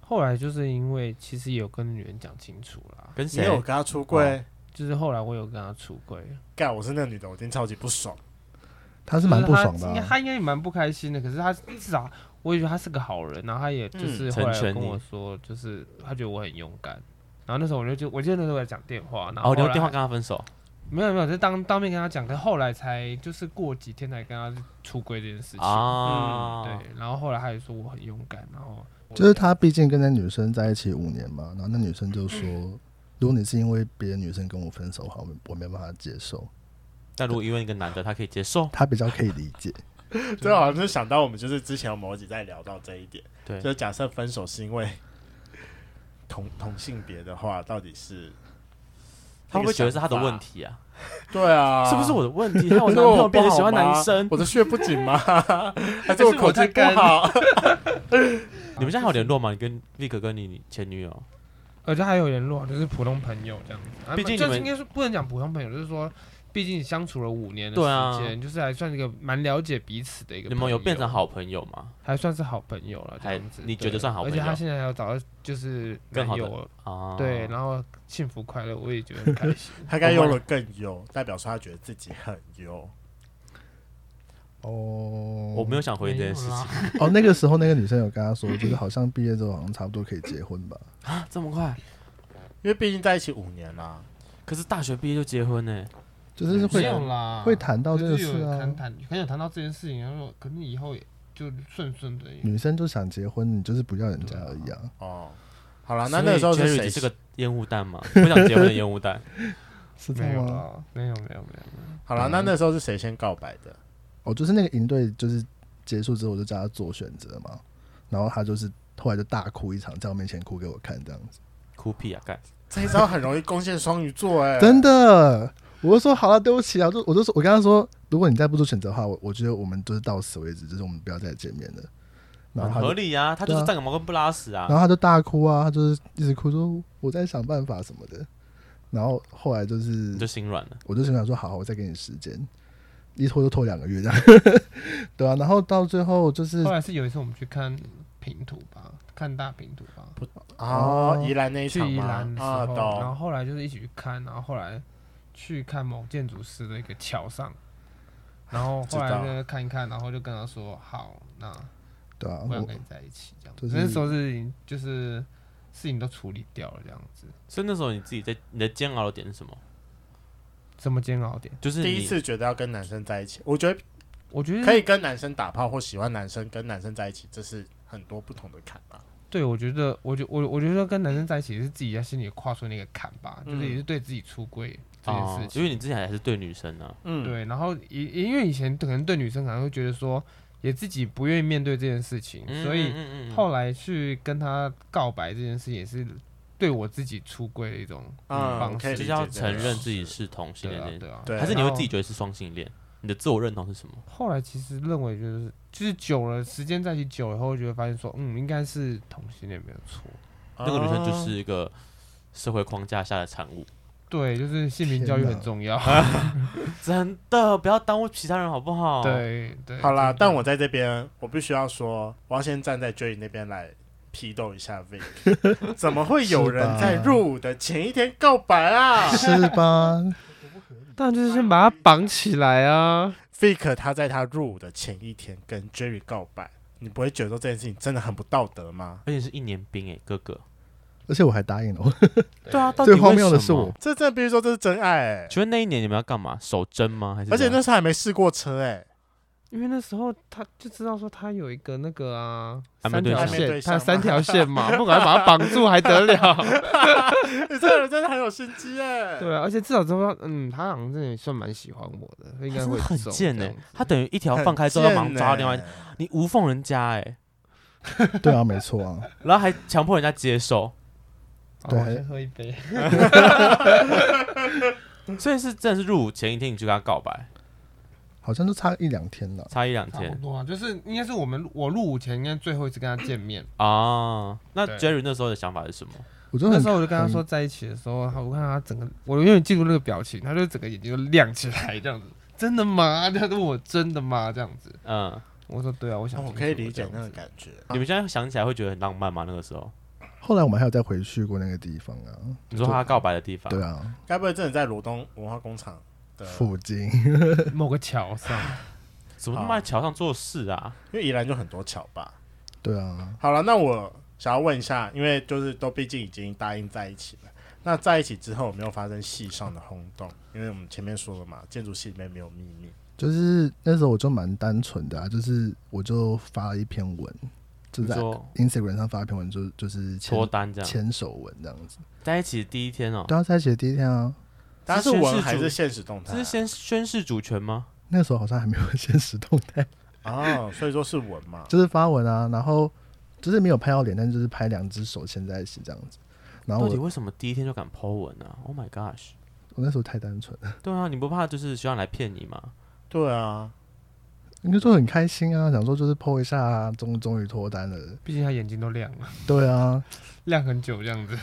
后来就是因为其实也有跟女人讲清楚啦，跟你有谁哦跟他出柜？就是后来我有跟他出轨，干，我是那女的，我一定超级不爽。 他是蛮不爽的嗯就是他应该啊、他应该也蛮不开心的。可是他至少，我也觉得他是个好人，然后他也就是嗯后成来有全跟你我说，就是他觉得我很勇敢。然后那时候我就就我记得那时候我在讲电话，然后哦，你用后来电话跟他分手，没有没有，就当当面跟他讲，可是后来才就是过几天才跟他出轨这件事情。啊对，然后后来他也说我很勇敢，然后我就是他毕竟跟那女生在一起五年嘛，然后那女生就说，如果你是因为别的女生跟我分手的话，我没我没办法接受，但如果因为一个男的，他可以接受，他比较可以理 解，这好像是想到啊我们就是之前有某几在聊到这一点，对就是假设分手是因为 同同性别的话，到底是他会不会觉得是他的问题？题啊？对啊，是不是我的问 题？害我是男朋我友变不得好喜欢吗男生？我的血不紧 吗？还是是我我口气太不干好？你们现在还有联络吗？你跟 Vic 跟你前女友？而且还有联络，啊就是普通朋友这样子。啊毕竟你就们是应该说不能讲普通朋友，就是说，毕竟相处了五年的对啊时间，就是还算一个蛮了解彼此的一个你朋友。们有变成好朋友吗？还算是好朋友了，这还样子。你觉对得算好朋友而且他现在还有找到就是更男好的友，啊，对，然后幸福快乐，我也觉得很开心。他该用的更 优，代表说他觉得自己很优。哦，我我没有 想回应这件事没有情啦哦，那个时候那个女生有跟他说，就是好像毕业之后好像差不多可以结婚吧，啊，这么快？因为毕竟在一起五年啦、可是大学毕业就结婚呢？就是 会没有啦，会谈到这个事啊就是有谈谈很有谈到这件事情，然后可能以后也就顺顺的。女生就想结婚，你就是不要人家而已啊，哦，好了，那那个时候所以是 Jerry 谁只是个烟雾弹嘛？不想结婚的烟 雾弹。是这没有样吗？啦，没有没有没有，好嗯了，那那时候是谁先告白的？哦，就是那个营队就是结束之后，我就叫他做选择嘛，然后他就是后来就大哭一场，在我面前哭给我看，这样子，哭屁啊！干，这一招很容易攻陷双鱼座、哎，真的，我就说好了，对不起啊，我就我就说我跟他说，如果你再不做选择的话，我我觉得我们就是到此为止，就是我们不要再见面了。然很后他合就，理啊，他就是站个茅坑不拉屎啊嗯然。后他就大哭啊，他就是一直哭说我在想办法什么的，然后后来就是你就心软了，我就心想说，好，我再给你时间，一拖就拖两个月这样， 对啊，然后到最后就是后来是有一次我们去看平图吧，看大平图吧，哦哦，宜兰那一去场宜吗兰的时啊，候，然后懂。后来就是一起去看，然后后来去看某建筑师的一个桥上，然后后来知道就是看一看，然后就跟他说好，那对啊，我要我跟你在一起这样就子。是那时候是已经就是事情都处理掉了这样子，所以那时候你自己在你的煎熬的点是什么？这么煎熬点，就是第一你次觉得要跟男生在一起，我觉得我觉得可以跟男生打炮或喜欢男生跟男生在一起，这是很多不同的坎吧。对，我觉得，我觉我我觉得跟男生在一起也是自己在心里跨出那个坎吧，就是也是对自己出柜这件嗯哦事，情。因为你之前还是对女生啊，嗯，对，然后也也因为以前可能对女生可能会觉得说，也自己不愿意面对这件事情，嗯所以嗯嗯嗯后来去跟他告白这件事也是对我自己出柜的一种嗯方可以就式。是理要解这承个认事自己是同性对啊恋，对啊。对还是你会然后自己觉得是双性恋？你的自我认同是什么？后来其实认为就是就是久了，时间在一起久了后，就会发现说，嗯，应该是同性恋没有错。那哦那个女生就是一个社会框架下的产物，对，就是性平教育天很哪重要。 真的不要耽误其他人好不好？，对 对，好啦，真的但我在这边，我必须要说，我要先站在 Joy 那边来批斗一下 V，怎么会有人在入伍的前一天告白啊是吧？ 当然就是先把它绑起来啊。 ？Vic 他在他入伍的前一天跟 Jerry 告白，你不会觉得这件事情真的很不道德吗？而且是一年兵哎，哥哥。而且我还答应了， 我对啊，到底最荒谬的为什是么我。这真的必须说这是真爱、欸，请问那一年你们要干嘛？守贞吗？还是而且怎样那时候还没试过车哎、因为那时候他就知道说他有一个那个啊，暧昧三对条象暧昧对线，象他吗三条线 嘛，不管把他绑住还得了？欸，你这个人真的很有心机哎、对啊，而且至少知道，嗯，他好像真的也算蛮喜欢我的，他应该真会的很中贱这哎、样子他等于一条放开之后，他马上抓到欸另外，你无缝人家哎、对啊，没错啊，然后还强迫人家接受，好对我先喝一杯。所以是真的是入伍前一天你就跟他告白，好像就差一两天了。差一两差不天多啊，就是应该是我们我入伍前应该最后一次跟他见面。啊。那对 Jerry 那时候的想法是什么？我就那很时候我就跟他很说在一起的时候，他我看他整个，我永远记住那个表情，他就整个眼睛就亮起来这样子。真的吗？他问我真的吗？这样子，嗯，我说对啊，我想那我清楚了。哦可以理解这那样个子感觉。啊你们现在想起来会觉得很浪漫吗？那个时候后来我们还有再回去过那个地方啊，你说他告白的地方，对啊，该不会真的在罗东文化工厂的？附近 某个桥上，怎么他妈在桥上做事啊？因为宜兰就很多桥吧。对啊，好了，那我想要问一下，因为就是都毕竟已经答应在一起了，那在一起之后有没有发生戏上的轰动？因为我们前面说了嘛，建筑系里面没有秘密。就是那时候我就蛮单纯的啊，就是我就发了一篇文，就你啊在说 Instagram 上发一篇文，就就是牵脱单这样，牵手文这样子。在一起的第一天哦、对啊，在一起的第一天啊，但是文还这是是现实动态啊这是先宣誓主权吗？那时候好像还没有 现实动态，啊？哦，所以说是文嘛。就是发文啊，然后就是没有拍到脸，但就是拍两只手牵在一起这样子。然后到我底为什么第一天就敢 po 文啊？Oh my gosh！我那时候太单纯了，对啊，你不怕就是学长来骗你吗？对啊，应该说很开心啊，想说就是 PO 一下啊，终终于脱单了。毕竟他眼睛都亮了， 对啊，亮很久这样子。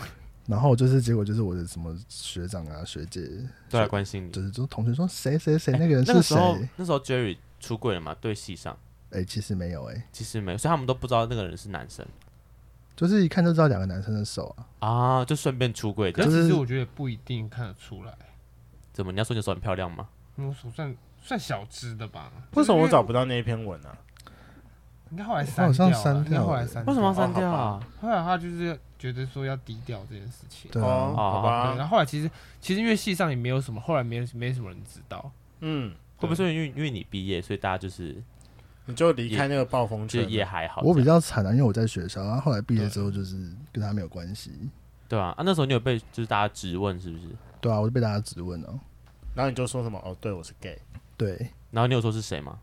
然后就是结果就是我的什么学长啊学姐，都来关心你。就是就是同学说谁谁谁哎那个人那是个时谁？候，那时候 Jerry 出柜了嘛？对戏上哎、其实没有哎、其实没有，所以他们都不知道那个人是男生就是一看就知道两个男生的手啊，啊，就顺便出柜这可样。就是是其实我觉得也不一定看得出来，怎么？你要说你的手很漂亮吗？我手算算小只的吧。为什么我找不到？到那一篇文啊？应该后来我删掉好像了，删应该掉后了来删掉。为什么要删哦好吧掉啊？后来他就是觉得说要低调这件事情。对啊，哦，好对然吧，后后来其实其实因为戏上也没有什么，后来没有没什么人知道。嗯，会不会是因为因为你毕业，所以大家就是你就离开那个暴风就圈是也了。还好这样？我比较惨啊，因为我在学校，然后后来毕业之后就是跟他没有关系，对啊啊，那时候你有被就是大家质问是不是？对啊，我就被大家质问啊，然后你就说什么？哦，对，我是 gay。对然后你有说是谁吗？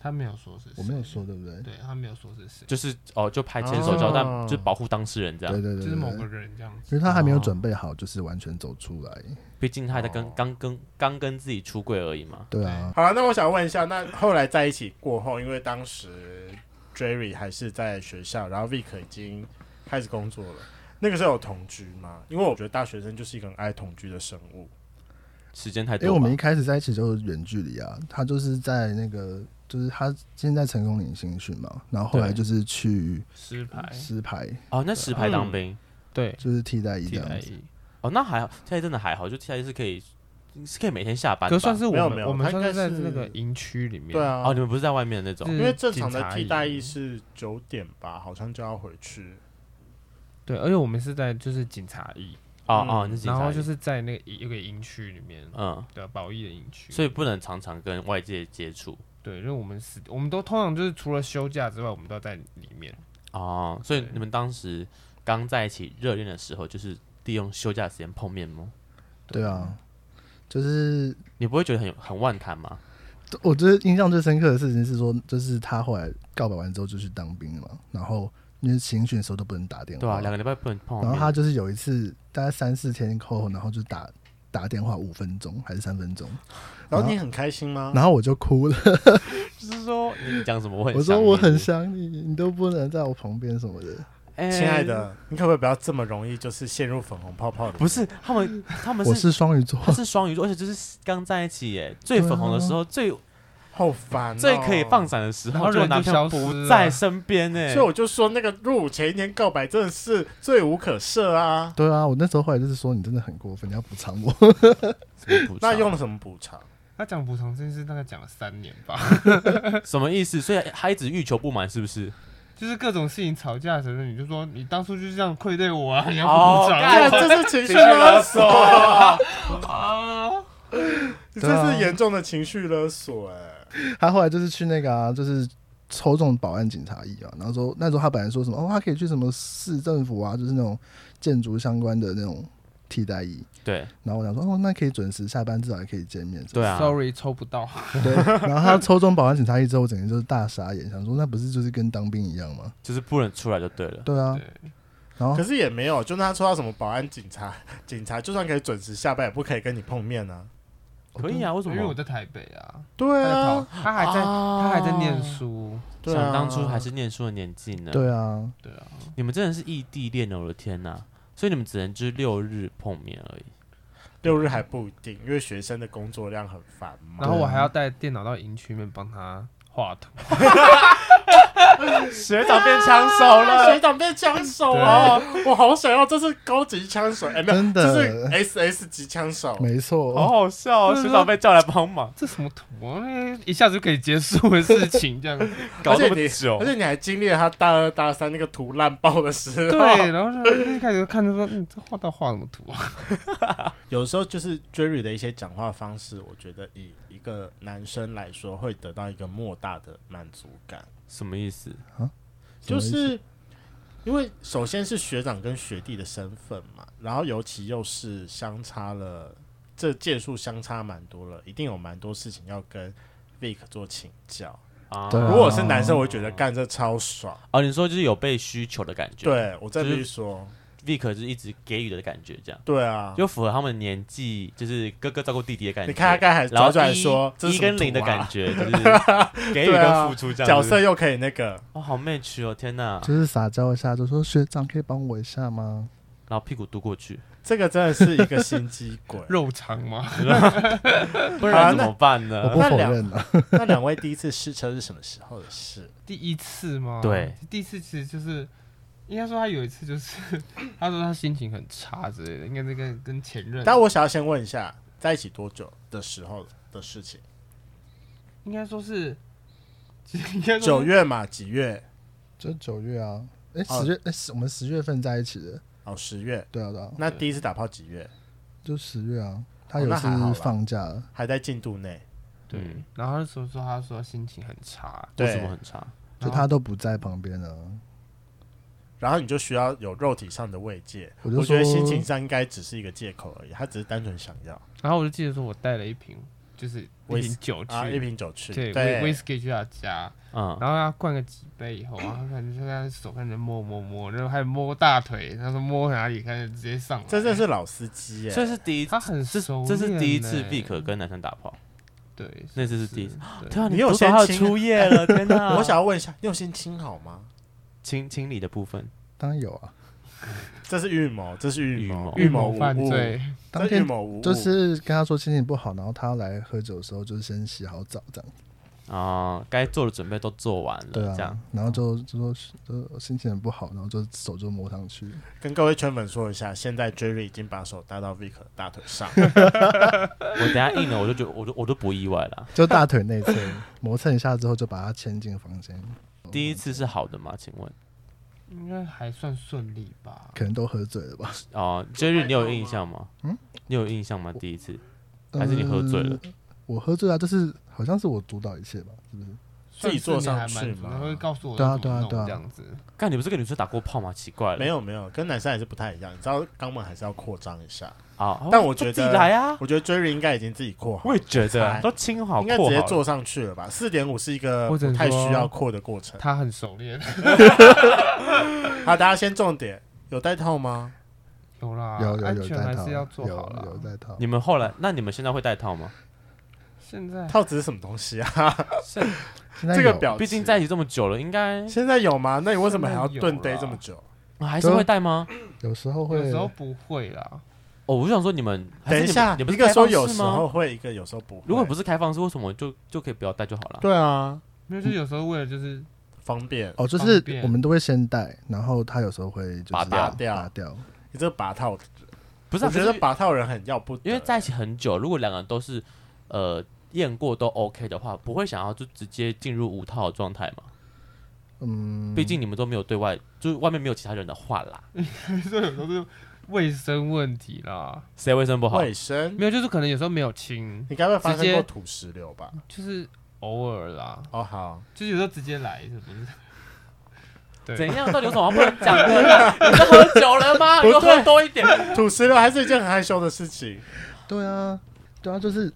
他没有说是谁，我没有，说对不对？对他没有说是谁，就是哦，就拍牵手交，哦但就是保护当事人这对样。对就对是对某个对人这样子。因为他还没有哦准备好，就是完全走出来，毕竟他还在跟哦刚跟刚跟自己出柜而已嘛。对啊，好了，那我想问一下，那后来在一起过后，因为当时 Jerry 还是在学校，然后 Vic 已经开始工作了，那个时候有同居吗？因为我觉得大学生就是一个很爱同居的生物。时间太因为我多吧们一。开始在一起就是远距离啊，他就是在那个就是他现在成功领新训嘛，然后后来对就是去失牌，师牌，哦，那石牌当嗯兵。对，E 就是替代役这替样代子。役，哦，那还好，现在真的还好，就现在是可以是可以每天下班可的是算吧。是我没有们没有我们他应算该是在那是个营区里面，对，啊，哦，你们不是在外面的那种是因为正常的警察替代营役是九点吧，好像就要回去。对，而且我们是在就是警察役，哦嗯哦，你是警然察后役就是在那个有个营区里面，嗯，对啊，保役的营区，所以不能常常跟外界接触对，因为我们是我们都通常就是除了休假之外，我们都要在里面，哦。所以对你们当时刚在一起热恋的时候，就是利用休假时间碰面吗？对啊，就是你不会觉得很有很万谈吗？我觉得印象最深刻的事情是说，就是他后来告白完之后就去当兵了嘛，然后因为新训的时候都不能打电对啊，话，两个礼拜不能碰然后面。他就是有一次大概三四天后，然后就打打电话五分钟还是三分钟，然然后后你很开心啊吗？然后我就哭了，就是说你讲什么，我很我说想我你很想你，你都不能在我旁边什么的，哎亲爱，的，你可不可以不要这么容易就是陷入粉红泡泡里？不是他 们，他们我是是双鱼座， 他是双鱼座，而且就是刚在一起耶，最对啊粉红的时候，最好烦、哦，最可以放。闪的时然候，后就人男朋就友消失不了在身边呢所以。我就说，那个入伍前一天告白真的是罪无可赦啊。对啊，我那时候后来就是说你真的很过分，你要补偿我。 什么补那偿用了什么补偿？他讲补偿这件事大概讲了三年吧， 什么意思？所以他一直欲求不满，是不是？就是各种事情吵架的时候，你就说你当初就是这样愧对我啊，你要哦补偿哎 呀，干我这是情绪勒索啊，啊。你对这啊是严重的情绪勒索哎。他后来就是去那个啊，就是抽中保安警察役啊，然后说那时候他本来说什么哦，他可以去什么市政府啊，就是那种建筑相关的那种替代役。对然后我想说哦，那可以准时下班，至少也可以见面。对啊 Sorry，抽不到。对。然后他抽中保安警察役之后，我整个就是大傻眼，想说那不是就是跟当兵一样吗？就是不能出来就对了。对啊。对，然后可是也没有，就那他抽到什么保安、警察，警察就算可以准时下班，也不可以跟你碰面啊。可以啊，为什因为我么？在台北啊，对他在逃啊，他还在他他还在念。书，对啊想当初还是念书的年纪呢。，对啊，对啊，你们真的是异地恋哦！我的天哪，所以你们只能就是六日碰面而已。六日还不一定，因为学生的工作量很繁忙然。后我还要带电脑到营区里面帮他画图，学长变枪手了，啊学长变枪手啊！我好想要，这是高级枪手，哎、没有，真的这是 S S 级枪手。没错。好笑哦学长被叫来帮忙，这什么图啊？那一下子就可以结束的事情，这样子。搞那么久而且你还经历了他大二大三那个图烂爆的时候，对，然后就一开始看着说，嗯，这画到画什么图啊？ 有时候就是 Jerry 的一些讲话方式，我觉得以一个男生来说，会得到一个莫大的满足感，什么意思？什就么意思是因为首先是学长跟学弟的身份嘛，然后尤其又是相差了这届数相差蛮多了，一定有蛮多事情要跟 Vic 做请教。啊对啊如果是男生，我会觉得干这超爽，哦，你说就是有被需求的感觉，对我这必须就是说， ，Vic 就是一直给予的感觉，这样对啊，就符合他们年纪，就是哥哥照顾弟弟的感觉。你看他刚才然抓后出来一说，这是一什么跟零的图啊 感觉，就是给予对跟啊付出这样子。角色又可以那个，哦，好 match 哦，天哪！就是撒娇一下，就说学长可以帮我一下吗？然后屁股嘟过去，这个真的是一个心机 鬼。肉肠吗？不然怎么办我呢不？啊呃那否两认啊，那两位第一次试车是什么时候的事？第一次吗？对，第一次其实就是。应该说他有一次就是，他说他心情很差之类的，应该是跟跟前任，但我想要先问一下，在一起多久的时候的事情？应该说是， 其实应该说九是月嘛，几月？就九月啊，哎、哦十月，哎、十我们十月份在一起的，哦，十月。对啊，对啊，那第一次打炮几月？就十月啊，他哦有那次还好啦放假了，还在进度内。对嗯，然后那时候说他说心情很差，为什么对，很差？就哦他都不在旁边啊。然后你就需要有肉体上的慰藉。我就我觉得说心情上应该只是一个借口而已，他只是单纯想要然后我就记得说我带了一瓶就是一威士瓶酒去，啊一瓶酒去。对威威对士，忌去他家，嗯，然后他灌个几杯以后，然后他可能就在手开始摸摸摸，然后还摸大腿，他说摸哪里，开始直接上来。这真的是老司机这耶。是第一，他很这熟这是第一练次欸 Vic 跟男生打炮，对，那次是第一次。对，天啊，你有有先先要亲出夜了，天啊哪！ 我想要问一下，你有先亲好吗？清清理的部分，当然有啊，这是预谋，这是预谋，预谋谋犯无误，罪，这当预天谋无误。就是跟他说心情不好，然后他来喝酒的时候，就是先洗好澡这样，啊，该做的准备都做完对了，这啊样，然后就就说就心情很不好，然后就手就摸上去，跟各位圈粉说一下，现在 Jerry 已经把手搭到 Vic 的大腿 上，我等一下硬了，我就觉得我就我就不意外了。就大腿内 侧磨蹭一下之后，就把他牵进房间，第一次是好的吗？请问，应该还算顺利吧？可能都喝醉了吧？哦，Jerry，你有印象吗？嗯，你有印象吗？第一次还是你喝醉了？呃我喝醉啊，就是好像是我主导一切吧，是不是？自己坐上去算顺利还蛮吗他会告诉我对啊要怎么弄对啊对啊这样子。干，你不是跟女生打过炮吗？奇怪了，没有没有，跟男生还是不太一样，你知道肛门还是要扩张一下。啊？但我觉得自己来啊，我觉得 Jerry 应该已经自己扩好我也了，觉得啊才 都清好啊应该括直好接了，坐上去了吧？四点五是一个或者不太说需要扩的过程。他很熟练，好，大家先重点，有戴套吗？有啦，有有啊安有全带还套，是要做好有有了。带套你。们后来，那你们现在会戴套吗？现在套子是什么东西啊？现现在这个有表情，毕竟在一起这么久了，应该现在有吗？那你为什么还要现在有蹲逮啦这么久？你还是会带吗？有时候会有时候不会啦。哦，我就想说你们，还等是一你们下，你不一是个开说放有式时吗候会，一个有时候不会。如果不是开放式，为什么就就可以不要带就好了？对啊，没有，就有时候为了就是方便。哦，就方是便我们都会先带，然后他有时候会就是拔掉拔掉。你这个拔套，不是、啊，我可觉得是拔套人很要不得，因为在一起很久，如果两个人都是呃验过都 OK 的话，不会想要就直接进入无套的状态嘛？嗯，毕竟你们都没有对外，就是外面没有其他人的话啦，所以有时候是卫生问题啦。谁卫生不好？卫生。没有，就是可能有时候没有清，你该不会发直生接过土石流吧？就是偶尔啦，哦，好，就是有时候直接来是不是？怎对，样？到底有什么不能讲 的啦？你都喝酒了吗？不你都对喝多一点。土石流还是一件很害羞的事 情。对啊，对啊，就是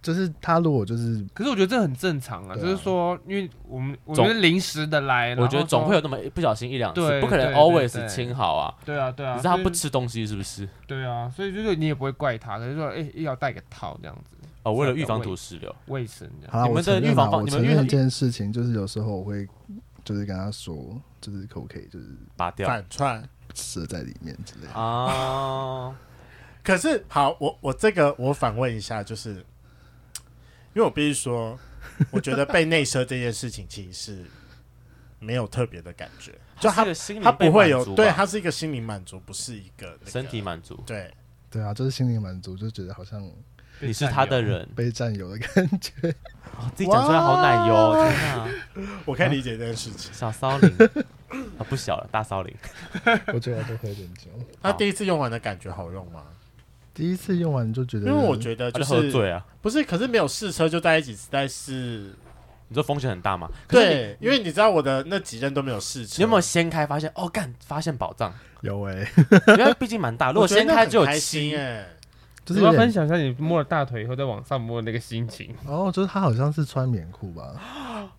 就是他如果就是可是我觉得这很正常啊，对啊就是说，因为我们我总觉得临时的来，我觉得然后总说会有那么不小心一两次，对不可能对对 always 对亲好啊。对啊对啊，可是他所以不吃东西是不是？对啊，所以就是你也不会怪他，可是说哎、要带个套这样子哦，为了这预样防的土石流，卫生这样。好啦，你我们的承认预防啦方我你们承预认防一件事情，就是有时候我会就是跟他说，就是可不可以就是拔掉反串。射在里面之类 的。啊。可是好，我我这个我反问一下，就是因为我必须 说，我觉得被内射这件事情其实是没有特别的感觉，就他它是个心灵他不被会满有足，对，吧他是一个心灵满足，不是一个、那个身体满足，对。对啊，就是心灵满足，就觉得好像你是他的人，被占有的感 觉。哦自己讲出来好奶油哦，天哪，我可以理解这件事情。小骚灵啊，不小了，大骚灵，我觉得我都喝点酒，他第一次用完的感觉好用吗？第一次用完就觉因得，为我觉得他就就嗯喝是醉啊。不是，可是没有试车就在一起实在是你说风险很大吗？可是你，对，因为你知道我的那几任都没有试车，你有没有掀开发现？哦，干，发现宝 藏，有哎、因为毕竟蛮大，我如果觉得掀那开很就有开心七，哎，就是你有要分点享一下你摸了大腿以后在往上摸的那个心情？哦，就是他好像是穿棉裤吧？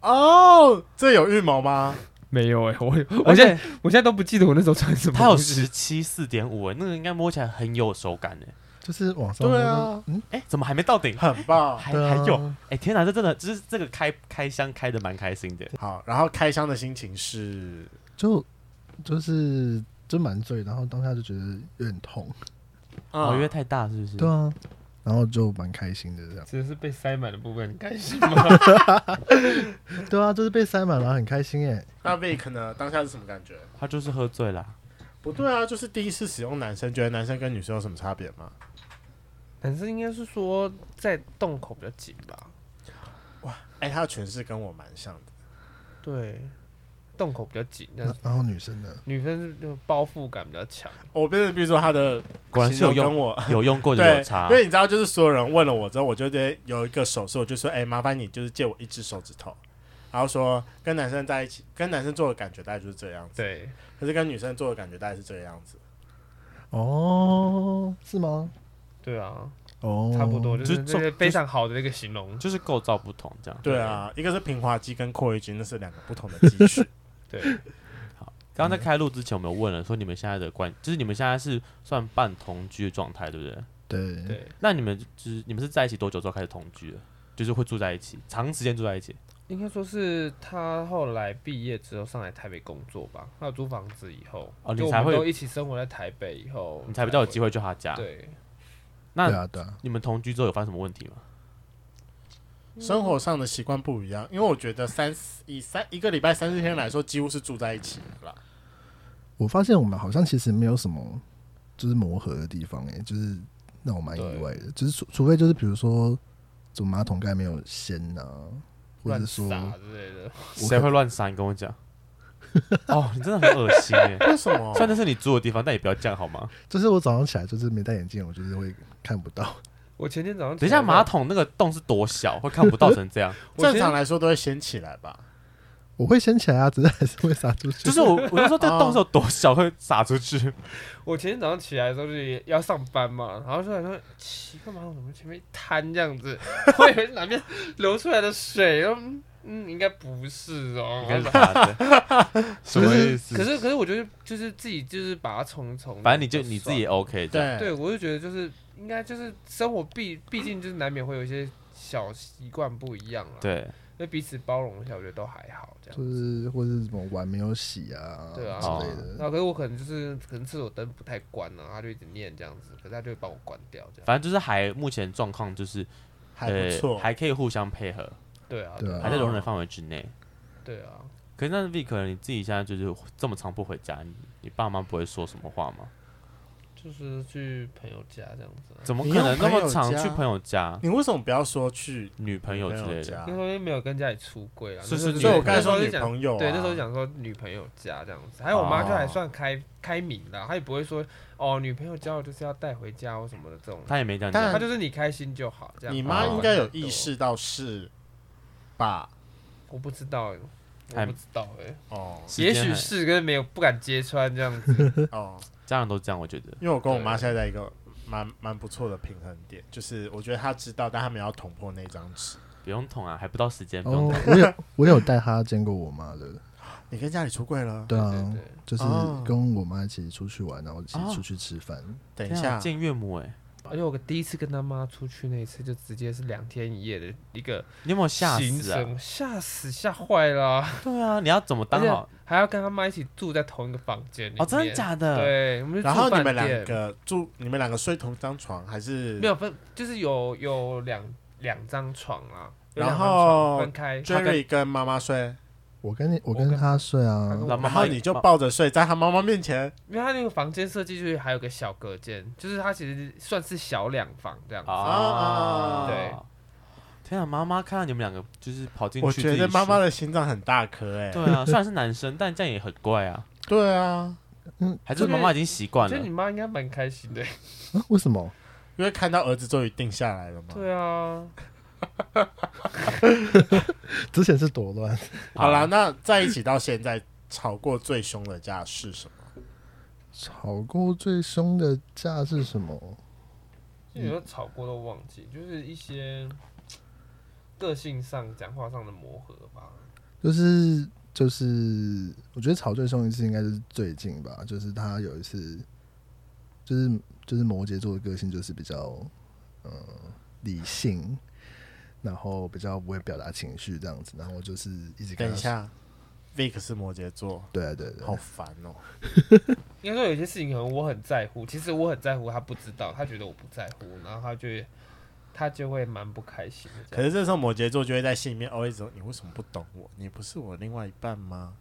哦，这有预谋吗？ 没有哎、我而我现在且我现在都不记得我那时候穿什么。它有十七四点五，哎，那个应该摸起来很有手感哎。就是往上摸对，啊，哎，怎么还没到顶？很棒。还对啊还有，哎，天哪，这真的，就是这个开开箱开的蛮开心的。好，然后开箱的心情是就就是就蛮醉，然后当下就觉得有点痛，哦，因为嗯，太大是不是？对啊，然后就蛮开心的这样， 只是被塞满的部分，很开心吗？对啊，就是被塞满了，很开心哎、那 Vic 呢？当下是什么感觉？他就是喝醉了。不对啊，就是第一次使用男生，觉得男生跟女生有什么差别吗？男生应该是说在洞口比较紧吧？哎，他的诠释跟我蛮像的。对，洞口比较紧，但那是然后女生呢？女生是就包覆感比较强。哦我变成比如说他的果然是有形容用跟我有用过就对有，差因，为你知道，就是所有人问了我之后，我就直接有一个手势，我就说：“哎、麻烦你就是借我一只手指头。”然后说跟男生在一起，跟男生做的感觉大概就是这样子，对，可是跟女生做的感觉大概是这个样子。哦，是吗？对啊，哦，差不多，就就是这重是非常好的那个形容。就是构造不同这样。对啊，一个是平滑肌跟扩约肌，那是两个不同的肌 群。对，刚刚在开录之前，我们有问了说你们现在的关，就是你们现在是算半同居的状态，对不对？对对，那你们就是你们是在一起多久之后开始同居的？就是会住在一起，长时间住在一起。应该说是他后来毕业之后上来台北工作吧，他有租房子以后，哦你就我才们会都一起生活在台北以后，你才比较有机会啊去他家。对，对那啊对啊，你们同居之后有发生什么问题吗？生活上的习惯不一样，因为我觉得三以三一个礼拜三四天来说，几乎是住在一起的啦。我发现我们好像其实没有什么就是磨合的地方哎、就是让我蛮意外的，就是除除非就是比如说，怎么马桶盖没有掀啊，或者乱是说撒之类的。我谁会乱撒？你跟我 讲。哦，你真的很恶心哎！为什么虽？然那是你住的地方，但也不要这样好吗？哦就是我早上起来就是没戴眼镜，我就是会看不到。我前天早上等一下，起来马桶那个洞是多小，会看不到成这 样？我前正常来说都会掀起来吧。我会掀起来啊，只是还是会撒出去。就是我，我就说这个洞是有多小，会撒出去。我前天早上起来的时候就是要上班嘛，然后就想说奇怪，马桶怎么前面一摊这样子？我以为是哪边流出来的水，然后嗯嗯，应该不是嗯哦应。该是他的， 什么意思？可是可是我觉得就是自己就是把它冲一冲，反正你就你自己也 OK 这样。对，对，我就觉得就是应该就是生活必毕竟就是难免会有一些小习惯不一样啊。，对，就彼此包容一下，我觉得都还好这样就。是或是什么碗没有洗啊，对啊哦之类那的。可是我可能就是可能厕所灯不太关啊，他就一直念这样子，可是他就会帮我关掉这样。反正就是还目前状况就是呃还不错。还可以互相配合，对啊，对啊还在容忍的范围之内。对啊，可是那 V 可能你自己现在就是这么长不回家，你你爸妈不会说什么话吗？就是去朋友家这样子啊。怎么你可用能那朋么友长家去朋友家、你为什么不要说去女朋友之类的？家那时候又没有跟家里出柜啊，是那时候是所以我女刚才那时候说就女讲朋友、啊，对，那时候讲说女朋友家这样子，还有我妈就还哦算开、开明的啊，她也不会说哦女朋友家我就是要带回家或什么的这种，他也没这样当讲然她就是你开心就好这样。啊你妈哦应该有意，识到是吧？我不知道欸，还我不知道哎，哦时也间欸许还是跟没有不敢揭穿这样子。哦，家长都这样，我觉得因为我跟我妈现在在一个蛮蛮不错的平衡点，就是我觉得她知道，但他们要捅破那张纸。不用捅啊，还不到时间，不用哦捅。，我有我有带他见过我妈 的，你跟家里出柜了？对啊对对，就是哦跟我妈一起出去玩，然后一起哦出去吃饭。等一天啊下，见岳母哎、而且我第一次跟他妈出去那一次，就直接是两天一夜的一个你有没有吓行死啊？程，吓死吓坏了啊，对啊，你要怎么当好？还要跟他妈一起住在同一个房间里面。哦，真的假的？，对，我们就然后住你们饭店两个住，你们两个睡同一张床还是没有分，就是有有两两张床啊，有然两张床后分开。他跟？Jerry 跟妈妈睡，我跟你我我跟跟他睡啊他，跟我然后然妈妈后也你就妈抱着睡，在她妈妈面前。因为他那个房间设计就是还有个小隔间，就是它其实算是小两房这样子。啊，对。天啊，妈妈看到你们两个就是跑进去，我自觉己得妈妈睡的心脏很大颗哎、对啊，虽然是男生，但这样也很怪啊。对啊，还是妈妈已经习惯所以你了，妈应该蛮开心的。啊为什么？因为看到儿子终于定下来了嘛。对啊，之前是多乱，好啦，那在一起到现在，吵过最凶的架是什么？吵过最凶的架是什么？就有时候吵过都忘记，就是一些个性上、讲话上的磨合吧。就是就是，我觉得吵最凶一次应该就是最近吧，就是他有一次，就是就是摩羯座的个性就是比较嗯、呃理性，然后比较不会表达情绪这样子，然后我就是一直跟等一，他下，Vic 是摩羯座，对啊对啊对啊好烦哦、应该说有些事情可能我很在乎，其实我很在乎，他不知道，他觉得我不在乎，然后他就他就会蛮不开心的这样。可是这时候摩羯座就会在心里面 always 说：“你为什么不懂我？你不是我另外一半吗？”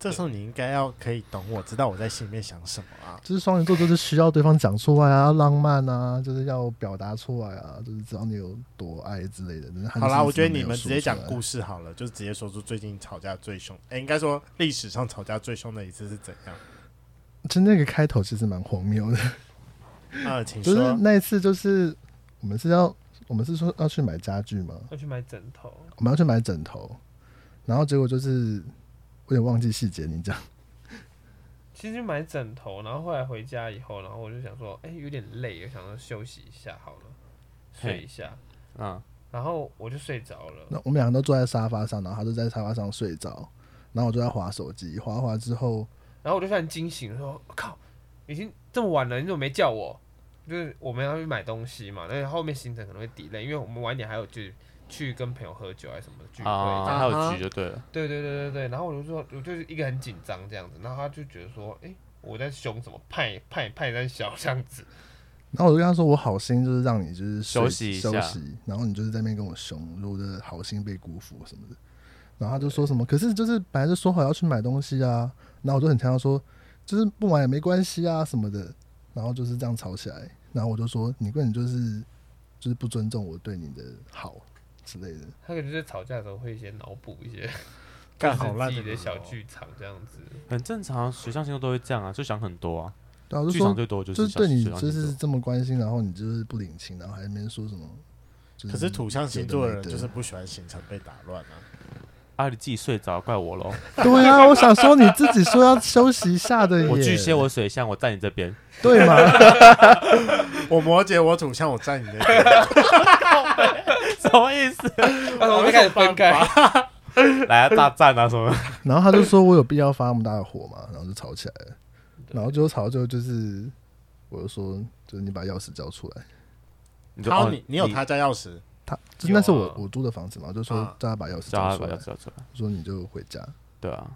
这时候你应该要可以懂我，知道我在心里面想什么啊。就是双鱼座就是需要对方讲出来啊，要浪漫啊，就是要表达出来啊，就是知道你有多爱之类的。但是他好啦，就是我觉得没你有啊们说直接出讲来故事好了，就直接说出最近吵架最凶，哎、应该说历史上吵架最凶的一次是怎样？就那个开头其实蛮荒谬的，啊，请就说。是那一次就是我们是要我们是说要去买家具嘛，要去买枕头，我们要去买枕头，然后结果就是我有点忘记细节，你讲 其实去买枕头，然后后来回家以后，然后我就想说，哎、有点累，我想说休息一下好了，嘿睡一下，嗯，然后我就睡着了。那我们两个都坐在沙发上，然后他就在沙发上睡着，然后我就在划手机，划划之后，然后我就突然惊醒，说：“我靠，已经这么晚了，你怎么没叫我？”就是我们要去买东西嘛，那后面行程可能会 delay，因为我们晚一点还有去去跟朋友喝酒还是什么的聚会。哦啊，还有局就对了，对对对对对，然后我就说，我就是一个很紧张这样子，然后他就觉得说：“哎、我在凶什么派派派在小这样子。 然后我就跟他说我好心就是让你就是睡休息一下休息，然后你就是在那边跟我凶，我说我的好心被辜负什么的，然后他就说什么，可是就是本来就说好要去买东西啊，然后我就很强调说就是不买也没关系啊什么的，然后就是这样吵起来，然后我就说你根本就是就是不尊重我对你的好之类的。”他可能在吵架的时候会一些脑补一些干好就是烂哦 自己理由的小剧场这样子。很正常，水象星座都会这样啊，就想很多啊，对啊，我就剧场说最多就就是是小对你水象就星是座。这么关心，然后你就是不领情，然后还在那边说什么，就可是土象星座的人有的就没的是不喜欢行程被打乱啊。啊，你自己睡着，怪我喽。对啊，我想说你自己说要休息一下的耶，我巨蟹，我水象，我在你这边。对吗？我摩羯，我土象，我站你那 边。什么意思？然啊后我们就开始分开。 来啊，大战啊什么？然后他就说我有必要发那么大的火嘛，然后就吵起来了，然后最后吵到最后就是，我就说就是你把钥匙交出来，你哦好，你你有他家钥匙？他就有那是啊我我租的房子嘛，就说啊叫他把钥匙嗯叫交他出把来钥匙，交出来。说你就回家，对啊，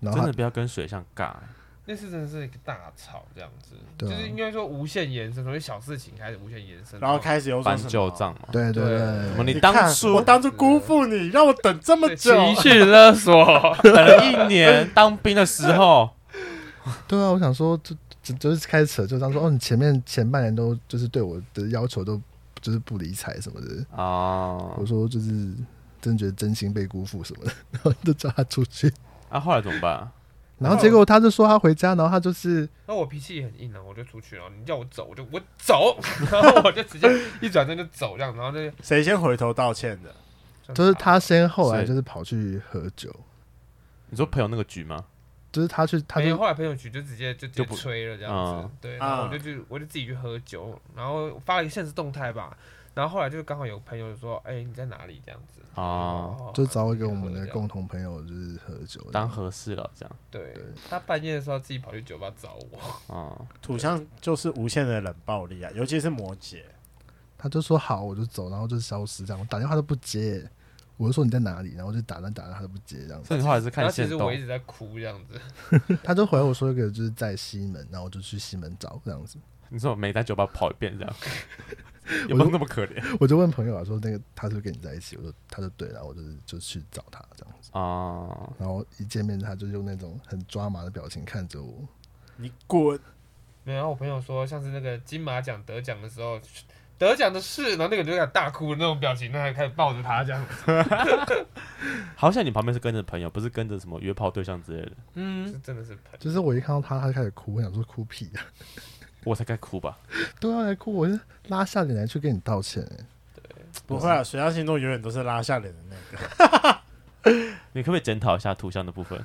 然真后的他不要跟水象尬欸、那次真的是一个大吵，这样子，对啊就是应该说无限延伸，从一些小事情开始无限延伸，然后开始又说翻什么旧账嘛。对对对什对么，你看当初我当初辜负你，让我等这么对久，情绪勒索，等了一年当兵的时候，对啊，我想说，就就就是开始扯，就当说哦，你前面前半年都就是对我的要求都就是不理睬什么的， 哦我，说就是真觉得真心被辜负什么的， 然后就叫他出去，那、啊后来怎么办？然后嗯结果他就说他回家，然后他就是那我脾气也很硬啊，我就出去了，你叫我走，我就我走， 然后我就直接一转身就走，这样，然后就谁先回头道歉的？就是他先后来是就是跑去喝酒，你说朋友那个局吗？就是他去他朋友就后来朋友局就直接就直就接不吹了这样子嗯，对，啊然后我就去我就自己去喝酒，然后发了一个现实动态吧，然后后来就刚好有朋友说，哎，你在哪里这样子，哦，哦就找一个我们的这样共同朋友就是喝酒，当和事佬这样。对对，他半夜的时候自己跑去酒吧找我，哦，土象就是无限的冷暴力啊，尤其是摩羯。他就说好，我就走，然后就消失这样。我打电话都不接，我就说你在哪里，然后就打断打断他都不接这样。所以你后来是然看后其线实动我一直在哭这样子， 他就回我说一个就是在西门，然后我就去西门找这样子。你说我没在酒吧跑一遍 这样，有没有那么可怜我就问朋友啊，说那个他是不是跟你在一起？我说他就对，然后我就是就去找他这样子。哦，然后一见面他就用那种很抓马的表情看着我，你滚！没有，然后我朋友说像是那个金马奖得奖的时候。得奖的是，然后那个人就想大哭的那种表情，那还开始抱着他这样，好像你旁边是跟着朋友，不是跟着什么约炮对象之类的，是真的是朋友。就是我一看到他，他就开始哭，我想说哭屁啊， 我才该哭吧？对啊，来哭，我就拉下脸来去跟你道歉、欸。不会啊，水象星座永远都是拉下脸的那个。 你可不可以检讨一下图像的部分？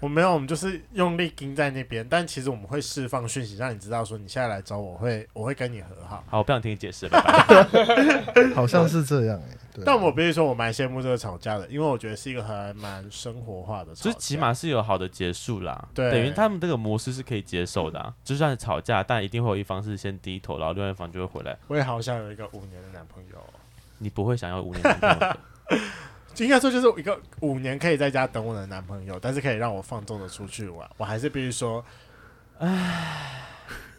我没有，我们就是用力盯在那边，但其实我们会释放讯息，让你知道说你现在来找我会，我会跟你和好。好，我不想听你解释了，拜拜。好像是这样哎、对啊但我必须说，我蛮羡慕这个吵架的，因为我觉得是一个还蛮生活化的吵架。就是起码是有好的结束啦，对等于他们这个模式是可以接受的、啊，就算是吵架，但一定会有一方是先低头，然后另外一方就会回来。我也好想有一个五年的男朋友哦、你不会想要五年男朋友的应该说就是一个五年可以在家等我的男朋友，但是可以让我放纵的出去玩。我还是必须说，唉，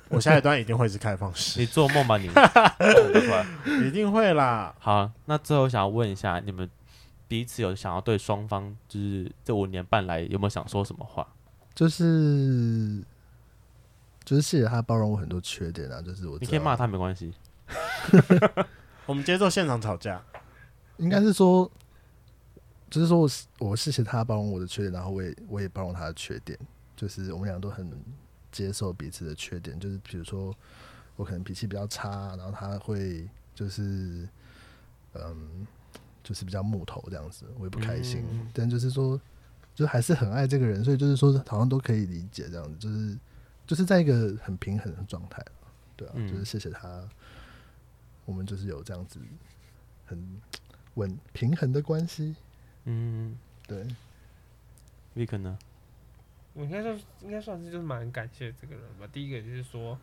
我下一段一定会是开放式，你做梦吧你！看得出来一定会啦。好，那最后想要问一下，你们彼此有想要对双方，就是这五年半来有没有想说什么话？就是就是谢谢他包容我很多缺点啊，就是我你知可以道骂，他没关系，我们接受现场吵架，应该是说，就是说我是我谢谢他包容我的缺点，然后我也我也包容他的缺点，就是我们俩都很接受彼此的缺点，就是比如说我可能脾气比较差，然后他会就是嗯就是比较木头这样子，我也不开心，嗯但就是说就还是很爱这个人，所以就是说好像都可以理解这样子，就是就是在一个很平衡的状态，对啊，嗯就是谢谢他，我们就是有这样子很稳平衡的关系，嗯对， ，Vic 呢？我应该说，应该算是就是蛮感谢这个人吧。第一个就是说，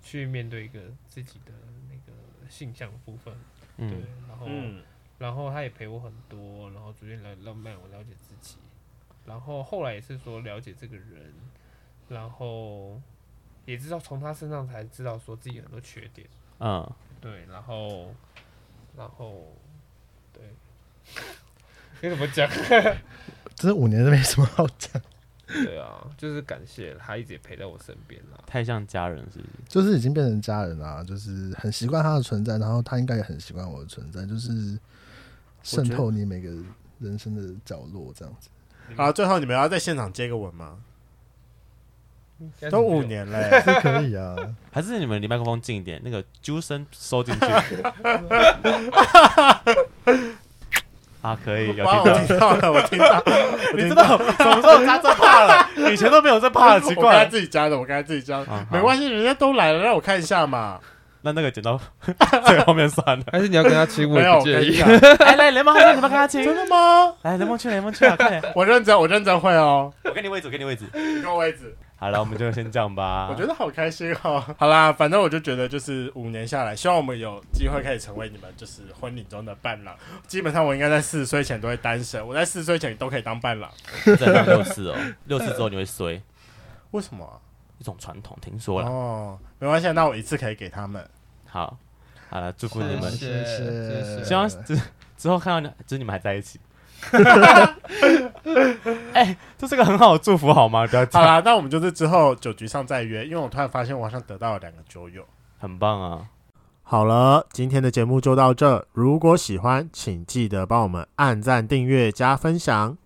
去面对一个自己的那个性向部分，对，嗯，然后、嗯，然后他也陪我很多，然后逐渐来让让我了解自己，然后后来也是说了解这个人，然后也知道从他身上才知道说自己很多缺点，嗯，对，然后然后对， 该怎么讲？这五年都没什么好讲。 对啊，就是感谢他一直也陪在我身边啊啦。太像家人是不是？就是已经变成家人啦、啊就是很习惯他的存在，然后他应该也很习惯我的存在，就是渗透你每个人生的角落这样子。好，最后你们要在现场接个吻吗？应该是都没有五年了 耶、这可以啊，还是你们离麦克风近一点，那个啾声收进去。啊，可以，有哇，听我到。听到了，我听到， 你知道什么时候他这怕了？以前都没有这 怕了，奇我刚才怪。自己加的，我刚才自己加的啊，好没关系，人家都来了，让我看一下嘛。那那个剪刀 最后面 算了。还是你要跟他亲，我没也有，不我介跟你意。讲，来哎来，联盟好像你们跟他亲。真的吗？ 来，联盟去，联盟去啊！快点，我认真，我认真会哦。我给你位置，我给你位置。你给我位置。 好了，我们就先这样吧。我觉得好开心哦。 好啦，反正我就觉得就是五年下来，希望我们有机会可以成为你们就是婚礼中的伴郎。基本上我应该在四十岁前都会单身，我在四十岁前都可以当伴郎。得再当六次哦，六次之后你会衰，为什么啊、一种传统，听说了。哦，没关系，那我一次可以给他们。好，好了，祝福你谢们。谢谢谢希望之之后看到你，就是你们还在一 起。哎、这是个很好的祝福，好吗？不要 这好样，啦，那我们就是之后酒局上再约，因为我突然发现我好像得到了两个酒友。很棒啊！好了，今天的节目就到这。如果喜欢，请记得帮我们按赞、订阅、加分享。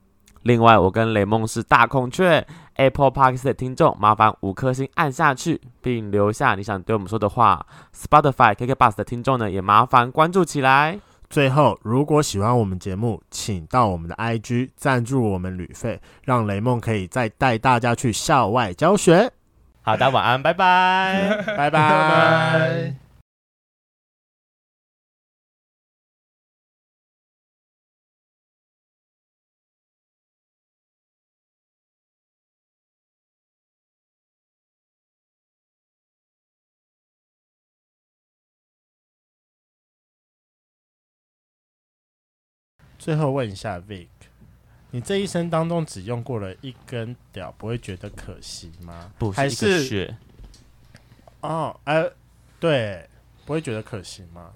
另外，我跟雷梦是大孔雀 Apple Park 的听众，麻烦五颗星按下去，并留下你想对我们说的话。Spotify KK Bus 的听众呢，也麻烦关注起来。最后，如果喜欢我们节目，请到我们的 IG 赞助我们旅费，让雷梦可以再带大家去校外教学。好，大家晚安，拜拜。 拜拜。拜。最后问一下 Vic，你这一生当中只用过了一根屌，不会觉得可惜吗？不还是一个是血，哦，哎、对，不会觉得可惜吗？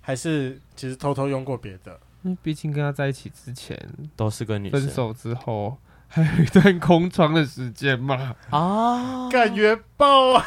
还是其实偷偷用过别的？因为毕竟跟他在一起之前，都是个女生分手之后还有一段空窗的时间嘛。啊。感觉爆啊！